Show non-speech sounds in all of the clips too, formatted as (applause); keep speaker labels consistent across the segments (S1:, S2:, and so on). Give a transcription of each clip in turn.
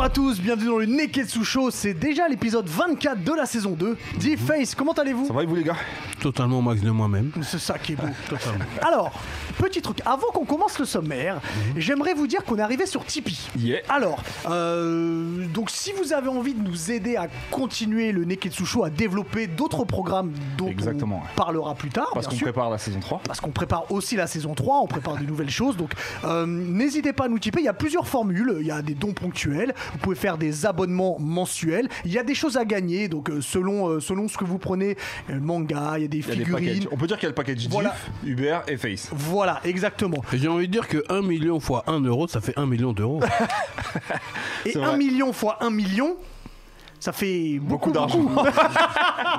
S1: à tous, bienvenue dans le Neketsu Show, c'est déjà l'épisode 24 de la saison 2. D-Face, comment allez-vous
S2: Mhm. Ça Ah, va et vous les gars
S3: Totalement max de moi-même.
S1: C'est ça qui est beau. Alors, petit truc, avant qu'on commence le sommaire, j'aimerais vous dire qu'on est arrivé sur Tipeee.
S2: Mhm. Yeah.
S1: Alors, euh, donc si vous avez envie de nous aider à continuer le Neketsu Show, à développer d'autres programmes dont
S2: Exactement, ouais.
S1: on parlera plus tard,
S2: Parce
S1: bien
S2: qu'on
S1: sûr.
S2: prépare la saison 3.
S1: parce qu'on prépare aussi la saison 3, on prépare de nouvelles choses. Donc euh, n'hésitez pas à nous tiper. Il y a plusieurs formules. Il y a des dons ponctuels. Vous pouvez faire des abonnements mensuels. Il y a des choses à gagner. Donc euh, selon, euh, selon ce que vous prenez, euh, manga, il y a des
S2: Il y a des
S1: figurines.
S2: packages. On peut dire qu'il y a le package DIF,
S1: Voilà.
S2: Uber et Face.
S1: voilà, exactement.
S3: Et J'ai envie de dire que 1 million fois 1 euro, ça fait 1
S2: (laughs)
S3: million d'euros.
S1: Et
S2: C'est
S1: 1
S2: vrai.
S1: million fois 1 million, ça fait beaucoup,
S2: Beaucoup
S1: (laughs)
S2: d'argent.
S1: beaucoup.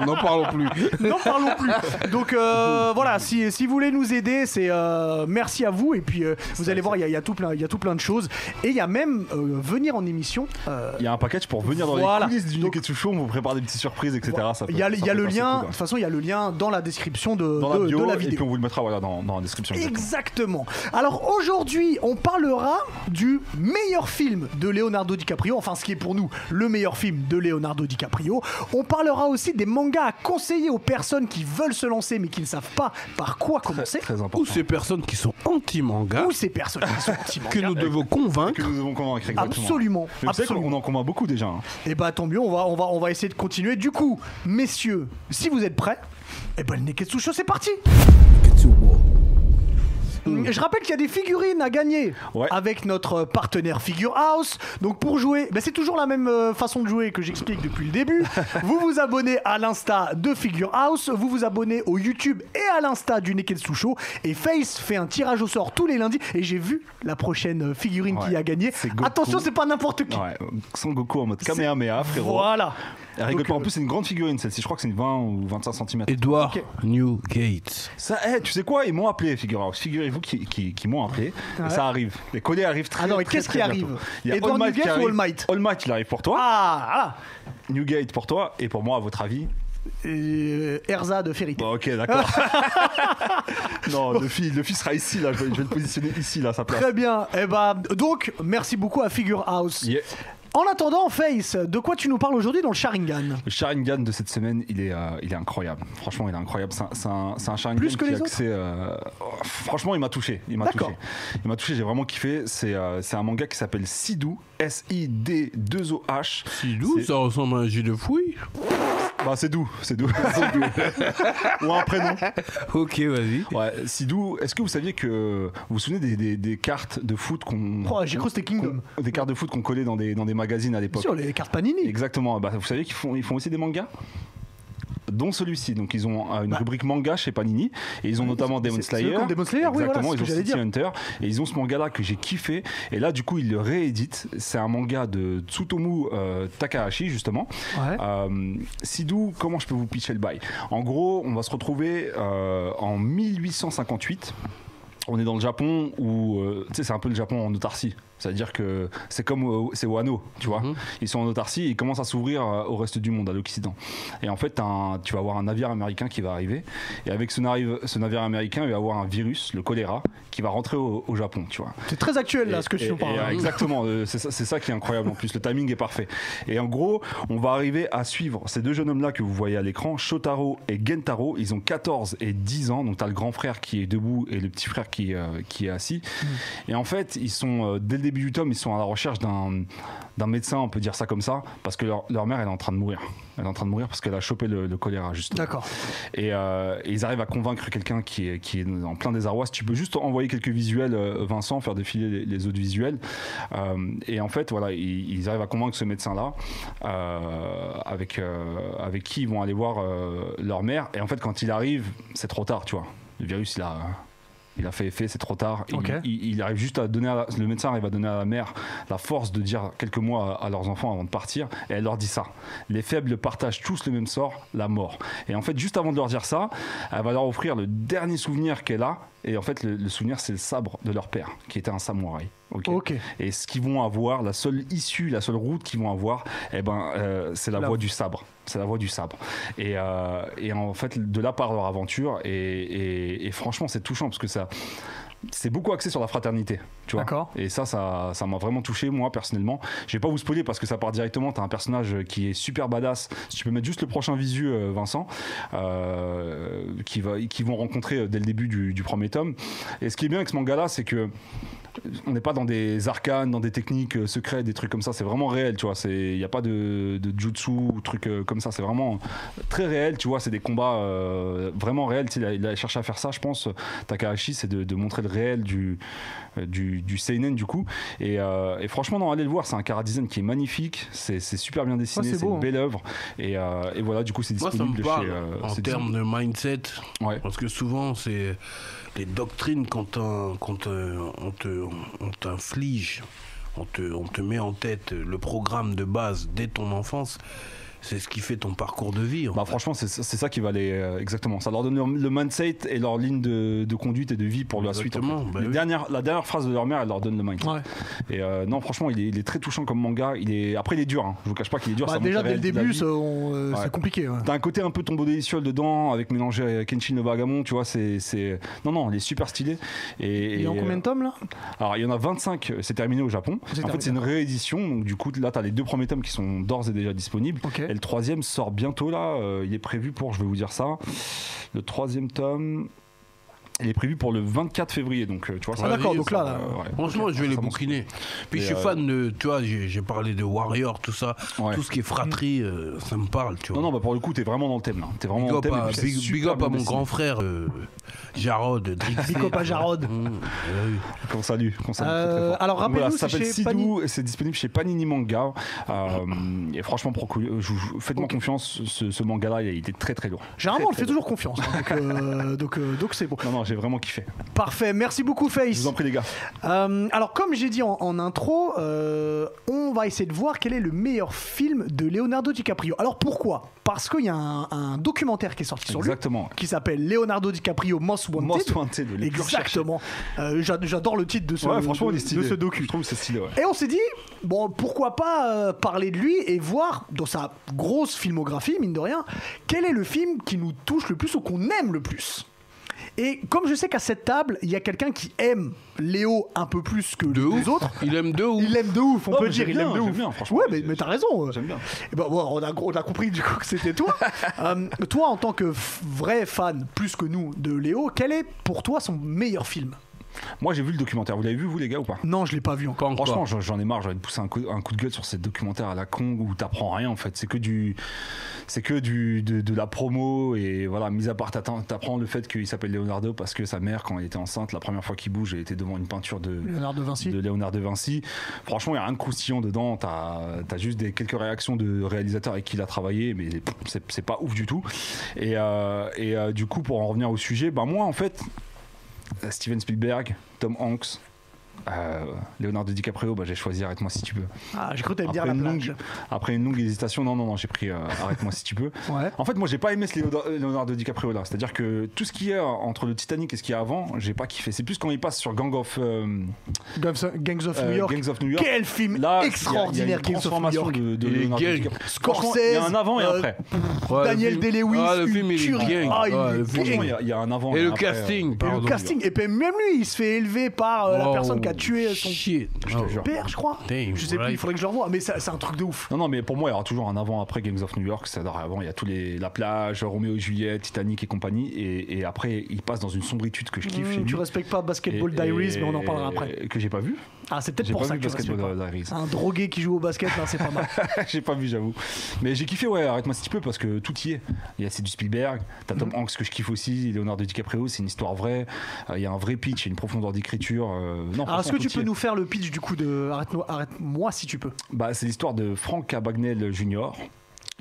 S3: N'en parlons plus.
S1: N'en parlons plus. Donc
S2: (laughs)
S1: euh, voilà, si, si vous voulez nous aider, c'est euh, merci à vous. Et puis euh, vous allez voir, il y, a- il y a tout plein, il y a tout plein de choses. Et il y a même euh, venir en émission. euh,
S2: Il y a un package pour venir dans
S1: Voilà.
S2: les coulisses du
S1: Donc-
S2: Neketsu Show, on vous prépare des petites surprises, etc. Ça peut-
S1: Il y a, il y a
S2: ça peut
S1: le
S2: passer
S1: lien,
S2: cool,
S1: de
S2: ouais.
S1: toute façon, il y a le lien dans la description de,
S2: dans
S1: de-
S2: la bio,
S1: de la
S2: et puis
S1: vidéo.
S2: on vous le mettra voilà, dans, dans la description.
S1: Exactement. Alors aujourd'hui, on parlera du meilleur film de Leonardo DiCaprio, enfin ce qui est pour nous le meilleur film de Leonardo DiCaprio. On parlera aussi des mangas à conseiller aux personnes qui veulent se lancer mais qui ne savent pas par quoi commencer.
S2: Très important.
S3: Ou ces personnes qui sont anti-manga,
S1: Ou ces personnes qui sont petits
S3: que nous
S2: (laughs)
S3: devons
S2: Que
S3: convaincre.
S2: nous devons convaincre exactement.
S1: Absolument,
S2: Mais vous savez qu'on-
S1: absolument.
S2: on en convainc beaucoup déjà. hein.
S1: Et bah tant mieux, on va, on, va, on va essayer de continuer. Du coup, messieurs, si vous êtes prêts, et ben le Neketsu Show, c'est parti Je rappelle qu'il y a des figurines à gagner
S2: Mm. Ouais.
S1: avec notre partenaire Figure House. Donc pour jouer, ben, c'est toujours la même euh, façon de jouer que j'explique depuis le
S2: (laughs)
S1: début. vous vous abonnez à l'insta de Figure House, vous vous abonnez au YouTube et à l'insta du Neketsu Show. Et Face fait un tirage au sort tous les lundis. Et j'ai vu la prochaine euh, figurine
S2: Ouais.
S1: qui a gagné.
S2: C'est Goku.
S1: Attention, c'est pas n'importe qui.
S2: Ouais, sans Goku en mode Kamehameha, frérot.
S1: Voilà. euh,
S2: Elle rigole pas. En plus, c'est une grande figurine celle-ci. Je crois que c'est une 20 ou 25 cm.
S3: Edouard Newgate.
S2: Ça, eh, tu sais quoi Ils m'ont appelé, figurez-vous. Figurez-vous qu'ils qui, qui m'ont appelé.
S1: Ouais.
S2: Et ça arrive. Les collés arrivent très
S1: Ah non, mais
S2: très,
S1: qu'est-ce
S2: très
S1: qui
S2: bientôt.
S1: arrive
S2: Il y a
S1: Edward
S2: All Might qui
S1: Newgate ou
S2: arrive.
S1: All Might
S2: All Might, il arrive pour toi.
S1: Ah,
S2: Newgate pour toi. Et pour moi, à votre avis
S1: ah. Euh, Erza de Fairy Tail.
S2: Bon, ok,
S1: (laughs)
S2: d'accord. non, le fils, le fils sera ici, là. Je vais, je vais le positionner ici, là, à sa place.
S1: Très bien. Eh ben, donc, merci beaucoup à Figure House.
S2: Yeah.
S1: En attendant, Face, de quoi tu nous parles aujourd'hui dans le Sharingan
S2: Le Sharingan de cette semaine, il est, euh, il est incroyable. Franchement, il est incroyable. C'est un, c'est un- c'est un Sharingan
S1: Plus que
S2: qui
S1: les
S2: a
S1: autres
S2: accès, euh, oh, franchement, il m'a touché. Il m'a
S1: D'accord.
S2: touché. Il m'a touché. J'ai vraiment kiffé. C'est euh, c'est un manga qui s'appelle Sidou. S-I-D-2-O-H.
S3: Si doux,
S2: C'est-
S3: ça ressemble à un jus de fouille.
S2: Bah c'est doux, c'est doux. (laughs) Ou un prénom.
S3: Ok, vas-y.
S2: Ouais, Sidou, est-ce que vous saviez que vous vous souvenez des, des- des cartes de foot qu'on
S1: Oh, j'ai cru que c'était Kingdom.
S2: qu'on- des cartes de foot qu'on collait dans des dans des magazines à l'époque.
S1: Sur les cartes Panini.
S2: Exactement. Bah, vous savez qu'ils font ils font aussi des mangas dont celui-ci. Donc ils ont euh, une rubrique manga chez Panini et ils ont notamment Demon
S1: Bah. c'est- c'est eux
S2: Slayer.
S1: qui ont Demon Slayer, oui, voilà,
S2: exactement,
S1: c'est ce que
S2: ils ont
S1: j'allais
S2: City
S1: dire.
S2: Hunter et ils ont ce manga là que j'ai kiffé et là du coup ils le rééditent. C'est un manga de Tsutomu euh, Takahashi justement.
S1: Ouais.
S2: Euh, Sidou, comment je peux vous pitcher le bail En gros, on va se retrouver euh, en 1858. On est dans le Japon où, euh, tu sais, c'est un peu le Japon en autarcie. C'est-à-dire que c'est comme euh, c'est Wano, tu vois. Ils sont en autarcie et ils commencent à s'ouvrir euh, au reste du monde, à l'Occident. Et en fait, t'as un- tu vas avoir un navire américain qui va arriver. Et avec ce, narive- ce navire américain, il va avoir un virus, le choléra, qui va rentrer au- au Japon, tu vois.
S1: C'est très actuel là ce que
S2: Et-
S1: tu nous
S2: et-
S1: parles. hein.
S2: et, euh, exactement, euh, c'est ça, c'est ça qui est incroyable en plus, le timing est parfait. Et en gros, on va arriver à suivre ces deux jeunes hommes-là que vous voyez à l'écran, Shotaro et Gentaro, ils ont 14 et 10 ans, donc tu as le grand frère qui est debout et le petit frère qui, euh, qui est assis.
S1: Mm.
S2: Et en fait, ils sont, euh, dès le début du tome, ils sont à la recherche d'un d'un médecin, on peut dire ça comme ça, parce que leur, leur mère, elle est en train de mourir. Elle est en train de mourir parce qu'elle a chopé le, le choléra, justement.
S1: D'accord.
S2: Et, euh, et ils arrivent à convaincre quelqu'un qui est, qui est en plein désarroi. Si tu peux juste envoyer quelques visuels, euh, Vincent, faire défiler les, les autres visuels. Euh, et en fait, voilà, ils, ils arrivent à convaincre ce médecin-là, euh, avec, euh, avec qui ils vont aller voir euh, leur mère. Et en fait, quand il arrive, c'est trop tard, tu vois. Le virus, il a. Il a fait effet, c'est trop tard. Il,
S1: Ok.
S2: il- il arrive juste à donner à la- le médecin arrive à donner à la mère la force de dire quelques mois à, à leurs enfants avant de partir, et elle leur dit ça. Les faibles partagent tous le même sort, la mort. Et en fait, juste avant de leur dire ça, elle va leur offrir le dernier souvenir qu'elle a. Et en fait, le, le souvenir, c'est le sabre de leur père, qui était un samouraï. Ok.
S1: Ok.
S2: Et ce qu'ils vont avoir, la seule issue, la seule route qu'ils vont avoir, eh ben, euh, c'est la,
S1: La-
S2: voie du sabre. C'est la voie du sabre. Et, euh, et en fait, de là part leur aventure. Et, et- et franchement, c'est touchant parce que ça. c'est beaucoup axé sur la fraternité. Tu vois
S1: D'accord.
S2: Et ça, ça ça m'a vraiment touché, moi, personnellement. Je vais pas vous spoiler parce que ça part directement. T'as un personnage qui est super badass. Si tu peux mettre juste le prochain visu, euh, Vincent, euh, qui, va, qui vont rencontrer euh, dès le début du, du premier tome. Et ce qui est bien avec ce manga-là, c'est que on n'est pas dans des arcanes, dans des techniques euh, secrètes, des trucs comme ça. C'est vraiment réel, tu vois. Il n'y a pas de, de jutsu ou trucs euh, comme ça. C'est vraiment très réel, tu vois. C'est des combats euh, vraiment réels. Tu sais, Il a, il a cherché à faire ça, je pense. euh, Takahashi, c'est de, de montrer le réel du, euh, du, du seinen, du coup. Et, euh, et franchement, non, allez le voir. C'est un cara design qui est magnifique. C'est c'est super bien dessiné.
S1: c'est
S2: c'est
S1: beau,
S2: une
S1: hein.
S2: belle œuvre. Et, euh, et voilà, du coup, c'est
S3: Moi, ça
S2: disponible
S3: me parle
S2: chez. euh,
S3: en
S2: c'est
S3: termes de mindset.
S2: Ouais.
S3: Parce que souvent, c'est les doctrines quand, un- quand un- on te- on t'inflige, on te, on te met en tête le programme de base dès ton enfance. C'est ce qui fait ton parcours de vie. en
S2: Bah
S3: fait.
S2: franchement, c'est c'est ça qui va les euh, exactement. Ça leur donne le, le mindset et leur ligne de, de conduite et de vie pour la suite. en fait.
S3: Exactement, bah
S2: Les
S3: oui.
S2: dernières- la dernière phrase de leur mère, elle leur donne le mindset.
S1: Ouais.
S2: Et euh, non, franchement, il est, il est très touchant comme manga. Il est après, il est dur. hein. Je vous cache pas qu'il est dur.
S1: Bah,
S2: ça montre
S1: déjà, dès le
S2: réel de la
S1: début,
S2: vie.
S1: ça, on, euh,
S2: Ouais.
S1: c'est compliqué. ouais.
S2: T'as un côté un peu tombeau des Lucioles dedans, avec mélangé à Kenshin le Vagamon, tu vois, c'est. c'est- Non, non, il est super stylé. Et, euh,
S1: Il y a en
S2: et,
S1: combien de tomes là
S2: alors, il y en a 25, c'est terminé au Japon.
S1: C'est
S2: en
S1: terminé.
S2: fait, c'est une réédition. Donc, du coup, là, tu as les deux premiers tomes qui sont d'ores et déjà disponibles.
S1: Ok.
S2: Et le troisième sort bientôt, là. Euh, il est prévu pour, je vais vous dire ça, le troisième tome. Il est prévu pour le 24 février, donc euh, tu vois ça.
S3: Ah, d'accord,
S1: donc là, là.
S2: ouais.
S3: Franchement, je vais les
S2: Ça m'en
S3: bouquiner. Puis
S2: Et,
S3: je suis
S2: euh,
S3: fan de, tu vois, j'ai j'ai parlé de Warrior, tout ça,
S2: Ouais.
S3: tout ce qui est fratrie, euh, ça me parle, tu vois.
S2: Non, non, bah pour le coup, t'es vraiment dans le thème là. T'es vraiment
S3: Big
S2: dans le
S3: up,
S2: thème.
S3: à,
S2: et puis
S3: big-
S2: c'est
S3: big
S2: super
S3: up à
S2: bien
S3: mon
S2: dessiné.
S3: grand frère, euh, Jarod. Drixé,
S1: (laughs) Big up à
S3: tu vois.
S1: Jarod.
S3: Mmh, oui.
S2: Qu'on salue, qu'on salue très, très
S1: Euh,
S2: fort.
S1: alors, rappelez-nous,
S2: Voilà, ça
S1: c'est
S2: s'appelle
S1: chez
S2: Sidou,
S1: Panini.
S2: et c'est disponible chez Panini Manga. Euh, et franchement, procure- je vous- faites-moi
S1: Ok.
S2: confiance, ce, ce manga-là, il était très très lourd.
S1: Généralement, on le
S2: Très,
S1: fait
S2: très
S1: toujours confiance. hein,
S2: (laughs)
S1: donc, euh, donc, euh, donc c'est bon.
S2: Non, non, j'ai vraiment kiffé.
S1: Parfait. Merci beaucoup,
S2: Je
S1: Face.
S2: vous en prie, les gars.
S1: Euh, alors, comme j'ai dit en, en intro, euh, on va essayer de voir quel est le meilleur film de Leonardo DiCaprio. Alors, pourquoi Parce qu'il y a un, un documentaire qui est sorti sur lui.
S2: Exactement.
S1: Qui s'appelle Leonardo DiCaprio Most Wanted.
S2: Most Wanted, les plus
S1: Exactement. Euh, j'a- J'adore le titre de ce,
S2: Ouais, franchement,
S1: de-
S2: il est stylé.
S1: de ce docu.
S2: Je trouve que c'est stylé, ouais.
S1: Et on s'est dit, bon, pourquoi pas euh, parler de lui et voir dans sa grosse filmographie, mine de rien, quel est le film qui nous touche le plus ou qu'on aime le plus et comme je sais qu'à cette table, il y a quelqu'un qui aime Léo un peu plus que
S3: De
S1: les
S3: ouf.
S1: autres.
S3: Il aime de ouf.
S1: Il l'aime de ouf, on
S2: Non,
S1: peut
S2: mais
S1: dire,
S2: j'aime
S1: il l'aime
S2: bien,
S1: de
S2: j'aime
S1: ouf.
S2: bien, franchement.
S1: ouais, mais, mais t'as raison.
S2: J'aime bien.
S1: Et ben, bon, on, a, on a compris du coup que c'était toi. Euh, toi, en tant que f- vrai fan, plus que nous, de Léo, quel est pour toi son meilleur film
S2: Moi, j'ai vu le documentaire. Vous l'avez vu, vous, les gars, ou pas
S1: Non, je l'ai pas vu encore.
S3: Pas encore.
S2: Franchement, j'en- j'en ai marre, j'aurais de pousser un coup, un coup de gueule sur ces documentaires à la con où t'apprends rien en fait. C'est que du, c'est que du, de, de la promo et voilà. Mis à part, t'attends- t'apprends le fait qu'il s'appelle Leonardo parce que sa mère, quand elle était enceinte, la première fois qu'il bouge, elle était devant une peinture de
S1: Leonardo da Vinci.
S2: de Léonard de Vinci. Franchement, il n'y a rien de croustillant dedans. Tu as, juste des, quelques réactions de réalisateurs avec qui il a travaillé, mais pff, c'est c'est pas ouf du tout. Et, euh, et, euh, du coup, pour en revenir au sujet, bah moi, en fait, euh, Steven Spielberg, Tom Hanks, euh, Leonardo DiCaprio, bah, j'ai choisi Arrête-moi si tu peux.
S1: Ah, j'ai cru que t'allais me dire
S2: Après
S1: la
S2: une,
S1: plage.
S2: longue, après une longue hésitation, non, non, non, j'ai pris euh, Arrête-moi si tu peux.
S1: Ouais.
S2: En fait, moi, j'ai pas aimé ce Léoda- euh, Leonardo DiCaprio là. C'est-à-dire que tout ce qu'il y a entre le Titanic et ce qu'il y a avant, j'ai pas kiffé. C'est plus quand il passe sur Gang of, euh,
S1: Gangs of, Gangs of
S2: euh,
S1: New York.
S2: Gangs of New York.
S1: Quel film
S2: Là, il y a- il y a
S1: extraordinaire,
S2: une
S1: Gangs of New
S2: transformation
S1: York.
S2: de, de
S3: Il est
S2: Leonardo
S3: gay.
S2: DiCaprio.
S1: Scorsese,
S2: Franchement, Il y a un avant et
S1: euh,
S2: après.
S3: Ouais,
S1: Daniel
S3: le film-
S1: Day-Lewis,
S3: Ah, le
S1: une
S3: film, il est
S1: tuerie.
S3: gang.
S1: Ah, il
S3: Ouais,
S1: est
S3: le film,
S1: gang.
S2: Franchement, il y, a- il y a un avant et,
S3: Et le
S2: un après,
S3: casting,
S2: euh,
S1: Et
S3: pardon.
S1: le casting. Et puis même lui, il se fait élever par euh, la
S3: Oh,
S1: personne qui a tué son
S3: shit.
S2: Je te
S3: Oh.
S2: jure.
S1: père, je crois.
S3: Damn,
S1: je sais plus, il
S3: right.
S1: faudrait que je le revoie. Mais ça- c'est un truc de ouf.
S2: Non, non, mais pour moi, il y aura toujours un avant après Gangs of New York. C'est-à-dire avant, il y a tous les la plage, Roméo et Juliette, Titanic et compagnie. Et, et après, il passe dans une sombritude que je kiffe. chez
S1: Mmh, tu
S2: lui.
S1: respectes pas Basketball
S2: Et-
S1: Diaries,
S2: et-
S1: mais on en parlera après.
S2: Que j'ai pas vu.
S1: Ah, c'est peut-être
S2: J'ai
S1: pour
S2: pas
S1: ça
S2: vu
S1: que tu respectes
S2: Basketball
S1: pas.
S2: Diaries.
S1: Un drogué qui joue au basket, là, c'est pas
S2: (laughs)
S1: mal.
S2: J'ai pas vu, j'avoue. Mais j'ai kiffé, ouais, arrête-moi si tu peux, parce que tout y est. Il y a c'est du Spielberg, t'as
S1: Mhm.
S2: Tom Hanks que je kiffe aussi, Leonardo DiCaprio, c'est une histoire vraie, Euh, il y a un vrai pitch, il y a une profondeur d'écriture. euh, non,
S1: Alors, est-ce que
S2: franchement,
S1: tu
S2: tout y
S1: peux
S2: est.
S1: nous faire le pitch du coup de Arrête-moi arrête si tu peux
S2: Bah, c'est l'histoire de Frank Abagnale Jr.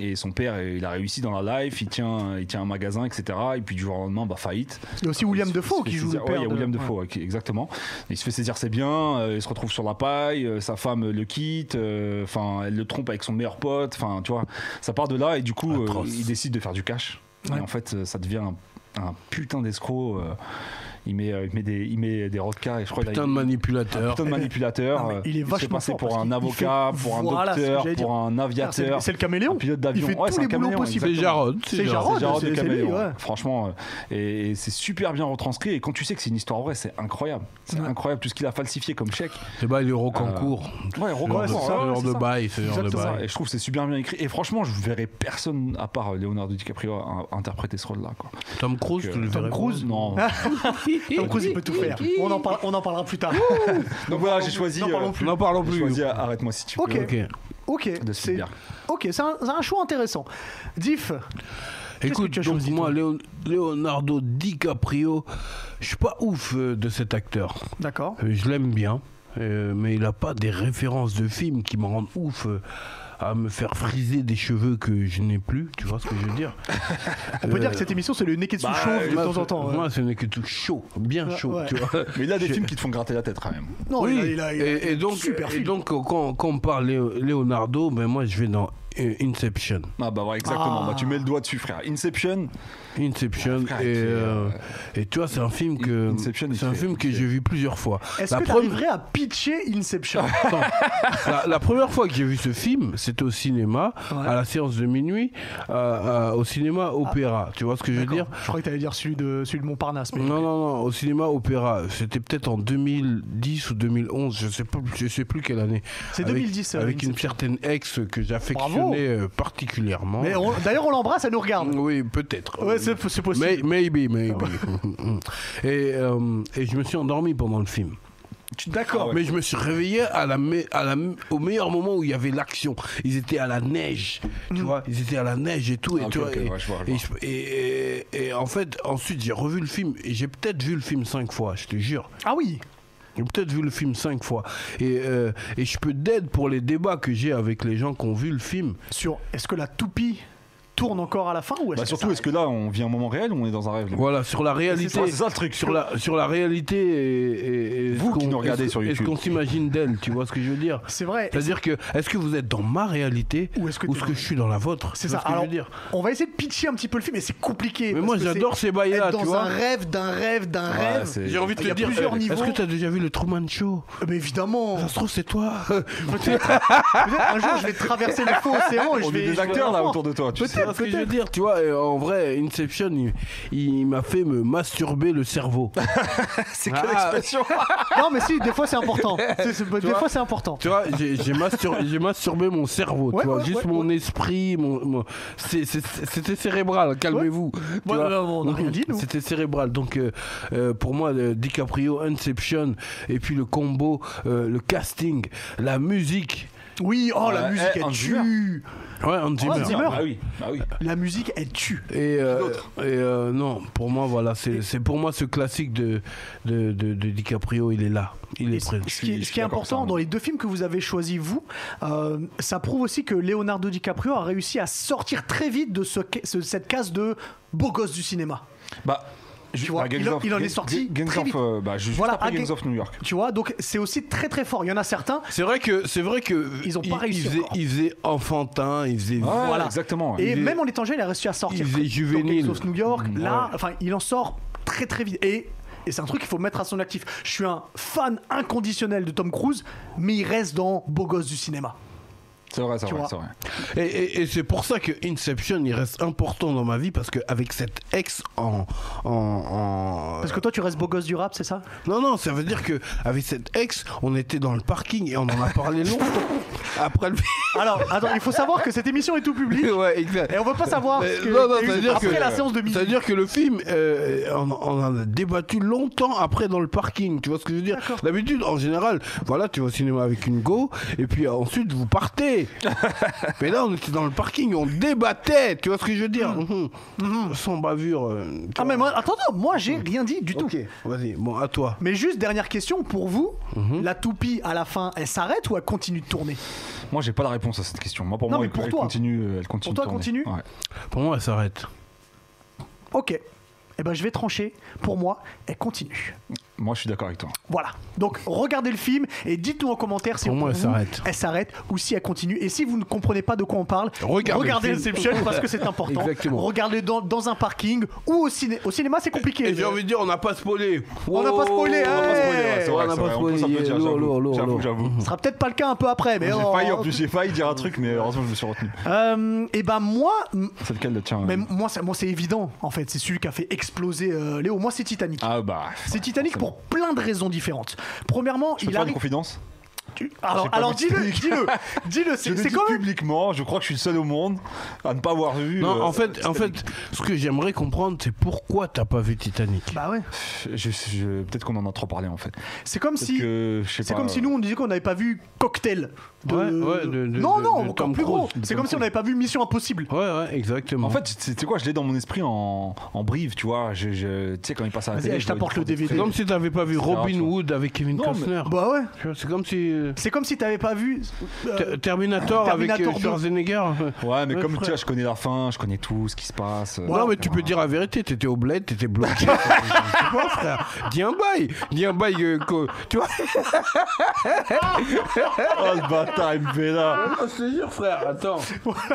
S2: Et son père, il a réussi dans la life, il tient, il tient un magasin, etc. Et puis du jour au lendemain, bah, faillite.
S1: Il y a aussi William
S2: Il se- il
S1: Defoe
S2: se fait
S1: qui joue
S2: saisir-
S1: le
S2: ouais,
S1: père.
S2: il y a
S1: de-
S2: William
S1: ouais.
S2: Defoe, ouais, qui- exactement. Il se fait saisir ses biens, euh, il se retrouve sur la paille, euh, sa femme le quitte, euh, enfin, elle le trompe avec son meilleur pote, enfin, tu vois, ça part de là et du coup, euh,
S3: Atroce.
S2: il décide de faire du cash.
S1: Ouais.
S2: Et en fait, euh, ça devient un, un putain d'escroc. euh, il met, euh, il met des, il met des rockets, et je crois
S3: Putain de
S2: il-
S3: manipulateur.
S2: putain de manipulateur.
S1: Non, mais
S2: euh,
S1: il est
S2: s'est
S1: vachement
S2: passé
S1: fort
S2: pour
S1: parce
S2: un
S1: qu'il- il
S2: avocat,
S1: fait-
S2: pour un
S1: voilà ce que
S2: docteur,
S1: j'allais dire.
S2: pour un
S1: Ah, c'est-
S2: aviateur.
S1: C'est le caméléon.
S2: un pilote
S1: Il
S2: d'avion.
S1: fait
S2: Ouais,
S1: tous
S2: c'est
S1: les
S2: un
S1: boulots
S2: caméléon,
S1: possibles.
S2: exactement.
S3: C'est Jarod.
S1: C'est Jarod.
S2: C'est Jarod
S1: Oh, c'est-
S2: le
S1: c'est lui,
S2: caméléon,
S1: ouais.
S2: Franchement, euh, et, et c'est super bien retranscrit. Et quand tu sais que c'est une histoire vraie, c'est incroyable. C'est incroyable tout ce qu'il a falsifié comme chèque.
S3: C'est pas les Rocancourt.
S2: Ah. Ouais,
S1: Ouais, c'est
S2: record.
S1: ça,
S3: Ce genre de bail, ce genre de
S2: Exactement.
S3: bail.
S2: Et je trouve que c'est super bien écrit. Et franchement, je verrais personne à part euh, Leonardo DiCaprio à- à interpréter ce rôle-là. quoi.
S3: Tom Cruise, tu le verrais
S2: Tom
S3: pas.
S2: Cruise, non.
S1: Ah. Tom Cruise, il peut tout faire. On en, parle- on en parlera plus tard.
S2: Donc voilà, j'ai choisi.
S1: N'en parlons
S2: euh,
S1: plus.
S3: N'en parlons
S2: j'ai
S3: plus.
S2: choisi euh, Arrête-moi si tu
S1: Ok. (laughs)
S2: peux.
S3: Ok.
S1: Ok,
S2: De
S1: c'est
S2: Spielberg.
S1: ok, c'est un, c'est un choix intéressant. Diff,
S3: Écoute,
S1: tu as
S3: donc
S1: choisi,
S3: moi,
S1: toi
S3: Léon- Leonardo DiCaprio, je suis pas ouf euh, de cet acteur.
S1: d'accord.
S3: Euh, Je l'aime bien, euh, mais il n'a pas des références de films qui me rendent ouf euh, à me faire friser des cheveux que je n'ai plus. Tu vois ce que je veux dire
S1: On peut dire que cette émission c'est le Neketsu
S2: bah,
S1: chauve (laughs) de
S3: Moi,
S1: temps en temps. hein.
S3: Moi,
S1: ouais.
S3: ce n'est que tout chaud, bien
S1: Ouais,
S3: chaud.
S1: ouais.
S3: Tu vois
S2: Mais il a des
S3: Je-
S2: films qui te font gratter la tête quand même.
S1: (laughs) Non,
S3: oui,
S1: il a- il a- il a-
S3: et, et donc,
S1: super
S3: et
S1: film.
S3: donc quand, quand on parle Léo- Leonardo, ben moi je vais dans euh, Inception.
S2: Ah bah ouais, exactement.
S1: Ah.
S2: Bah, tu mets le doigt dessus, frère. Inception,
S3: Inception
S2: frère,
S3: et,
S2: c'est,
S3: euh,
S2: euh,
S3: et tu vois c'est un film que
S2: Inception, il
S3: c'est un
S2: fait-
S3: film que
S2: il fait-
S3: j'ai vu plusieurs fois.
S1: Est-ce
S3: La
S1: que
S3: première-
S1: t'arriverais à pitcher
S3: (laughs)
S1: Inception (laughs)
S3: Attends. la, la première fois que j'ai vu ce film, c'était au cinéma,
S1: Ouais.
S3: à la séance de minuit, euh, euh, au cinéma Opéra. Tu vois ce que je veux dire
S1: D'accord. Je crois que t'allais dire celui de, celui de Montparnasse. Mais...
S3: non, non, non, au cinéma Opéra. C'était peut-être en 2010 ou 2011, je sais pas, je sais plus quelle année.
S1: C'est
S3: Avec-
S1: 2010, euh,
S3: Avec une
S1: Inception.
S3: certaine ex que
S1: Bravo.
S3: j'affectionnais euh, particulièrement.
S1: Mais on- D'ailleurs, on l'embrasse, elle nous regarde.
S3: Oui, peut-être.
S1: Ouais, c'est c'est possible. Ah
S3: May- Maybe, maybe. (laughs) et, euh, et je me suis endormi pendant le film.
S2: tu d'accord.
S3: Mais je me suis réveillé à la me- à la me- au meilleur moment où il y avait l'action. Ils étaient à la neige, tu vois. Ils étaient à la neige et tout. Et,
S2: Mhm. Ah, ok,
S3: tu vois,
S2: ok,
S3: et-
S2: ouais, je vois, je
S3: et
S2: vois.
S3: je- et- et- et en fait, ensuite, j'ai revu le film. Et j'ai peut-être vu le film cinq fois, je te jure.
S1: Ah oui
S3: J'ai peut-être vu le film cinq fois. Et, euh, et je peux d'aide pour les débats que j'ai avec les gens qui ont vu le film.
S1: Sur est-ce que la toupie tourne encore à la fin ou est-ce
S2: Bah
S1: que
S2: surtout,
S1: ça-
S2: est-ce que là, on vit un moment réel ou on est dans un rêve les mecs
S3: Voilà, sur la réalité.
S2: ça, c'est ça, le truc.
S3: Sur la, sur la réalité et, et- et
S2: Vous
S3: ce
S2: qui
S3: qu'on-
S2: nous regardez
S3: est-ce-
S2: sur
S3: Est-ce
S2: YouTube.
S3: qu'on s'imagine d'elle, tu vois ce que je veux dire
S1: C'est vrai.
S3: C'est-à-dire que, est-ce que vous êtes dans ma réalité
S1: Ou est-ce que t'es-
S3: je suis dans la vôtre
S1: C'est
S3: Tu
S1: ça.
S3: vois ce que
S1: Alors,
S3: je veux dire
S1: on va essayer de pitcher un petit peu le film, mais c'est compliqué.
S3: Mais
S1: parce
S3: moi,
S1: que
S3: j'adore
S1: c'est
S3: ces bails-là,
S1: être
S3: tu
S1: dans
S3: vois.
S1: un rêve, d'un rêve, d'un
S2: Ouais,
S1: rêve.
S2: Ah, c'est-
S3: J'ai envie de
S1: Il
S3: te
S1: y a
S3: dire,
S1: plusieurs
S3: euh, est-ce
S1: niveaux.
S3: que tu as déjà vu le Truman Show
S1: Mais
S3: (laughs)
S1: évidemment.
S3: Ça se Oh, trouve, c'est toi.
S1: Peut-être. Peut-être un jour, je vais traverser le faux océan et je
S2: On
S1: vais.
S2: est
S1: je
S2: des
S1: vais
S2: acteurs là
S1: voir.
S2: autour de toi. Tu sais.
S3: Tu vois ce que je veux dire, tu vois, et en vrai, Inception, il, il m'a fait me masturber le cerveau.
S2: C'est
S3: Ah.
S2: quelle expression
S1: Non, mais si, des fois, c'est important. C'est- c'est- des
S3: vois
S1: fois, c'est important.
S3: tu vois, j'ai j'ai mastur- (laughs) j'ai masturbé mon cerveau,
S1: Ouais,
S3: tu vois,
S1: ouais,
S3: juste
S1: ouais,
S3: mon esprit, mon, mon- c'est- c'est- c'était cérébral, calmez-vous. tu
S1: Ouais,
S3: vois.
S1: non, non, on n'a rien dit, nous.
S3: C'était cérébral, donc euh, euh, pour moi, le DiCaprio, Inception, et puis le combo, euh, le casting, la musique.
S1: Oui, oh, la
S2: Ouais,
S1: musique,
S2: eh,
S1: elle
S2: Hans
S1: tue.
S3: Ouais, Hans Zimmer.
S1: Hans Zimmer.
S2: Bah oui, bah oui.
S1: La musique, elle tue.
S3: Et, euh, et, euh, non, pour moi, voilà, c'est c'est pour moi ce classique de, de, de, de DiCaprio, il est là, il
S1: Et
S3: est
S1: ce
S3: prêt.
S1: ce qui,
S2: suis-
S1: est-
S2: je
S1: ce
S2: suis
S1: qui est
S2: d'accord,
S1: important
S2: ça.
S1: dans les deux films que vous avez choisis, vous, euh, ça prouve aussi que Leonardo DiCaprio a réussi à sortir très vite de ce, ce- cette case de beau gosse du cinéma.
S2: Bah, je-
S1: Tu vois,
S2: bah, Gangs
S1: il en-
S2: of-
S1: il en est
S2: Ga-
S1: sorti
S2: Gangs
S1: très
S2: of,
S1: vite.
S2: euh, bah, juste
S1: Voilà,
S2: après
S1: à
S2: Gangs
S1: Ga-
S2: of New York.
S1: Tu vois, donc c'est aussi très très fort. Il y en a certains.
S3: C'est vrai que c'est vrai que
S1: Ils ont pas
S3: il-
S1: réussi
S3: il faisait,
S1: encore.
S3: il faisait enfantin, il faisait
S2: Ouais,
S1: voilà.
S2: exactement. ouais.
S1: Et
S3: Il est-
S1: même en étant jeune, il a réussi à sortir.
S3: il est
S1: Dans
S3: juvénile. Mm.
S1: Gangs of New York, là, enfin, il en sort très très vite. Et, et c'est un truc qu'il faut mettre à son actif. Je suis un fan inconditionnel de Tom Cruise, mais il reste dans beau gosse du cinéma.
S2: C'est vrai, c'est
S1: tu
S2: vrai,
S1: vois.
S2: c'est vrai.
S3: Et, et- et c'est pour ça que Inception il reste important dans ma vie parce qu'avec cette ex en, en, en-
S1: Parce que toi, tu restes beau gosse du rap, c'est ça
S3: non non ça veut dire que avec cette ex on était dans le parking et on en a parlé longtemps (laughs) après le
S1: Alors, attends, il faut savoir que cette émission est tout public.
S3: (laughs) ouais exact.
S1: Et on veut pas savoir
S3: Mais
S1: ce que
S3: non, non,
S1: t'as eu
S3: ça veut dire
S1: après
S3: que-
S1: la séance de
S3: ça
S1: minuit.
S3: veut dire que le film, euh, on, on en a débattu longtemps après dans le parking. Tu vois ce que je veux dire D'habitude, en général, voilà, tu vas au cinéma avec une go, et puis euh, ensuite vous partez.
S1: (laughs)
S3: Mais là, on était dans le parking, on débattait. Tu vois ce que je veux dire Mhm. Sans bavure. euh, tu
S1: Hmm. Ah
S3: vois.
S1: mais moi, attends, attends, moi j'ai rien dit du tout.
S3: Ok, vas-y. Bon, à toi.
S1: Mais juste dernière question pour vous,
S3: Mhm.
S1: la toupie à la fin, elle s'arrête ou elle continue de tourner
S2: Moi, j'ai pas la réponse à cette question. Moi, pour
S1: Non, mais
S2: moi, elle,
S1: pour
S2: elle
S1: toi.
S2: continue, euh, elle
S1: Pour
S2: continue.
S1: toi,
S2: de tourner.
S1: continue
S2: Ouais.
S3: Pour moi, elle s'arrête.
S1: Ok. Eh ben je vais trancher. Pour moi, elle continue.
S2: Moi, je suis d'accord avec toi.
S1: Voilà. Donc regardez le film et dites-nous en commentaire si
S3: Pour
S1: on-
S3: moi, elle
S1: vous-
S3: s'arrête.
S1: Elle s'arrête ou si elle continue. Et si vous ne comprenez pas de quoi on parle,
S4: Regardez le film.
S1: Inception
S3: (laughs)
S1: parce que c'est important.
S3: Exactement.
S1: Regardez dans, dans un parking ou au, ciné- au cinéma, c'est compliqué.
S4: Et j'ai envie de dire, on n'a pas spoilé.
S1: On n'a pas spoilé, hein.
S2: On va pas spoiler, ouais,
S1: hey
S2: c'est
S3: Oh. On
S2: vrai,
S3: va
S2: c'est vrai,
S3: pas
S2: on peut
S3: spoiler,
S2: s'applaudir,
S3: lourd,
S2: j'avoue.
S3: lourd, lourd,
S2: J'avoue,
S3: lourd.
S2: j'avoue.
S1: Ce sera peut-être pas le cas un peu après, mais
S2: J'ai
S1: oh.
S2: failli, en plus, j'ai failli dire un truc, mais heureusement, je me suis retenu.
S1: Euh, et ben moi, m-
S2: C'est lequel le tien
S1: mais
S2: euh
S1: moi, c'est- moi c'est évident en fait. C'est celui qui a fait exploser euh, Léo. Moi c'est Titanic.
S2: Ah bah.
S1: C'est Titanic pour plein de raisons différentes. Premièrement,
S2: Je peux
S1: il
S2: faire une
S1: arrive.
S2: confidence
S1: tu- Alors,
S2: J'ai pas
S1: alors
S2: vu
S1: dis-le,
S2: Titanic. (laughs)
S1: dis-le, dis-le.
S2: Je
S1: C'est
S2: le
S1: c'est
S2: dis
S1: quand même.
S2: publiquement, je crois que je suis le seul au monde à ne pas avoir vu.
S3: Non,
S2: euh,
S3: en fait, en fait, ce que j'aimerais comprendre, c'est pourquoi t'as pas vu Titanic.
S1: Bah ouais.
S2: je- je- peut-être qu'on en a trop parlé en fait.
S1: C'est comme
S2: Peut-être
S1: si.
S2: que, je sais
S1: C'est
S2: pas, euh,
S1: comme si nous on disait qu'on n'avait pas vu Cocktail. De...
S3: Ouais, ouais, de- de-
S1: non, non,
S3: de- de
S1: encore
S3: Tom
S1: plus gros.
S3: Cruise, de
S1: C'est
S3: Tom
S1: comme si on
S3: Cruise.
S1: n'avait pas vu Mission Impossible.
S3: Ouais, ouais, exactement.
S2: euh, En fait, c'est quoi, je l'ai dans mon esprit en, en brive, tu vois. Je, je- tu sais, quand il passe à la
S1: Vas-y,
S2: télé,
S1: je t'apporte
S2: vois
S1: le
S2: des
S1: DVD.
S3: c'est
S2: trucs.
S3: comme si t'avais pas vu
S2: C'est rare,
S3: Robin
S2: tu vois.
S3: Hood avec Kevin
S2: Non, mais-
S3: Costner.
S1: Bah ouais.
S3: Tu vois, C'est comme si euh,
S1: C'est comme si t'avais pas vu. euh,
S3: Ter- Terminator, avec
S1: Terminator
S3: euh,
S1: 2.
S3: Schwarzenegger.
S2: Ouais, mais
S3: Ouais,
S2: comme
S3: frère.
S2: tu vois, je connais la fin, je connais tout ce qui se passe.
S3: Non, mais tu peux dire la vérité, t'étais au bled, t'étais bloqué. Quoi, frère Dis un bail Dis un bail, euh, que- tu vois
S2: Oh le bâtard, il me fait là.
S3: Je te jure, frère, attends.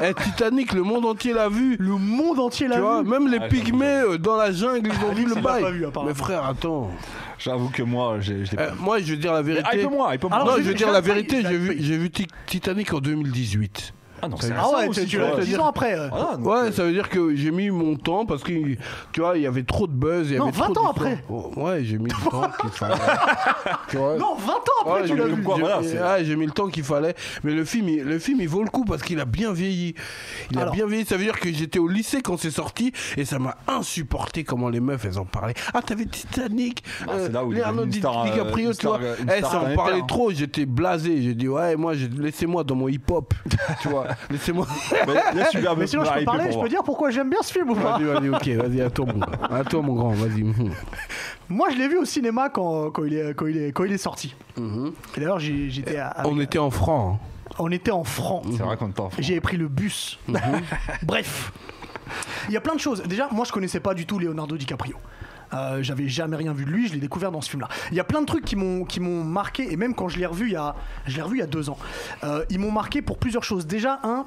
S3: Eh, Titanic, le monde entier l'a vu.
S1: Le monde entier
S3: Tu
S1: l'a
S3: vois,
S1: vu.
S3: même les
S2: Ah,
S3: pygmées euh, dans la jungle, ils ont vu
S1: Alex,
S3: le
S1: il l'a
S3: bail.
S1: pas vu, apparemment.
S3: mais frère, attends.
S2: J'avoue que moi, j'ai- je l'ai
S3: Eh,
S2: pas. Ah,
S3: moi, je veux dire la vérité.
S2: Mais hype-moi, hype-moi.
S1: Euh, Alors,
S3: non,
S1: je-
S3: je veux
S1: je
S3: dire la
S1: l'ai pas-
S3: vérité,
S1: je l'ai
S3: j'ai
S1: pas-
S3: vu, j'ai vu Tic- Titanic en 2018.
S2: Ah non, c'est
S1: Ah ouais,
S2: récent aussi,
S1: tu- tu
S2: vois.
S1: l'as
S3: vois.
S1: 10 ans après. ouais.
S2: Ah, donc,
S3: Ouais,
S2: euh,
S3: ça veut dire que j'ai mis mon temps parce que tu vois, il y avait trop de buzz. il Y
S1: Non,
S3: avait
S1: 20
S3: trop
S1: ans
S3: de-
S1: après.
S3: Oh, Ouais, j'ai mis le temps qu'il
S1: (laughs)
S3: fallait. Tu vois.
S1: Non, 20 ans
S3: Ouais,
S1: après tu
S3: j'ai
S1: l'as
S3: mis-
S1: vu.
S2: quoi,
S3: j'ai-
S2: voilà, c'est-
S3: ouais, j'ai mis le temps qu'il fallait. Mais le film, il, le film, il vaut le coup parce qu'il a bien vieilli. Il
S1: Alors.
S3: a bien vieilli. Ça veut dire que j'étais au lycée quand c'est sorti et ça m'a insupporté comment les meufs, elles en parlaient. Ah, t'avais Titanic,
S2: Ah, c'est là où il est
S3: Leonardo
S2: devenu une
S3: Di-
S2: star, euh,
S3: DiCaprio,
S2: une
S3: tu vois.
S2: star, euh, une
S3: Eh,
S2: star
S3: ça en
S2: planétaire,
S3: parlait
S2: hein.
S3: trop. J'étais blasé. J'ai dit, ouais, moi, j'ai- laissez-moi dans
S2: (laughs)
S3: mon hip-hop. tu vois, laissez-moi.
S2: mais là, tu viens
S1: Mais
S2: me-
S1: sinon,
S2: me
S1: je peux parler,
S2: hyper pour
S1: je
S2: voir.
S1: peux dire pourquoi j'aime bien ce film ou pas
S3: Vas-y, vas-y, ok, vas-y, à toi, mon, à toi, mon grand, vas-y. hum,
S1: Moi, je l'ai vu au cinéma quand, quand, il, est, quand, il, est, quand il est sorti. Et D'ailleurs, j'ai- j'étais à-
S2: Ah,
S1: avec-
S3: Mm-hmm. On était en hein. franc.
S1: on était en France.
S2: C'est vrai Mhm. qu'on t'en fout.
S1: J'avais pris le bus. (laughs) Bref, il y a plein de choses. Déjà, moi, je connaissais pas du tout Leonardo DiCaprio. Euh, J'avais jamais rien vu de lui, je l'ai découvert dans ce film-là. Il y a plein de trucs qui m'ont qui m'ont marqué et même quand je l'ai revu il y a je l'ai revu il y a deux ans, euh, ils m'ont marqué pour plusieurs choses. Déjà un,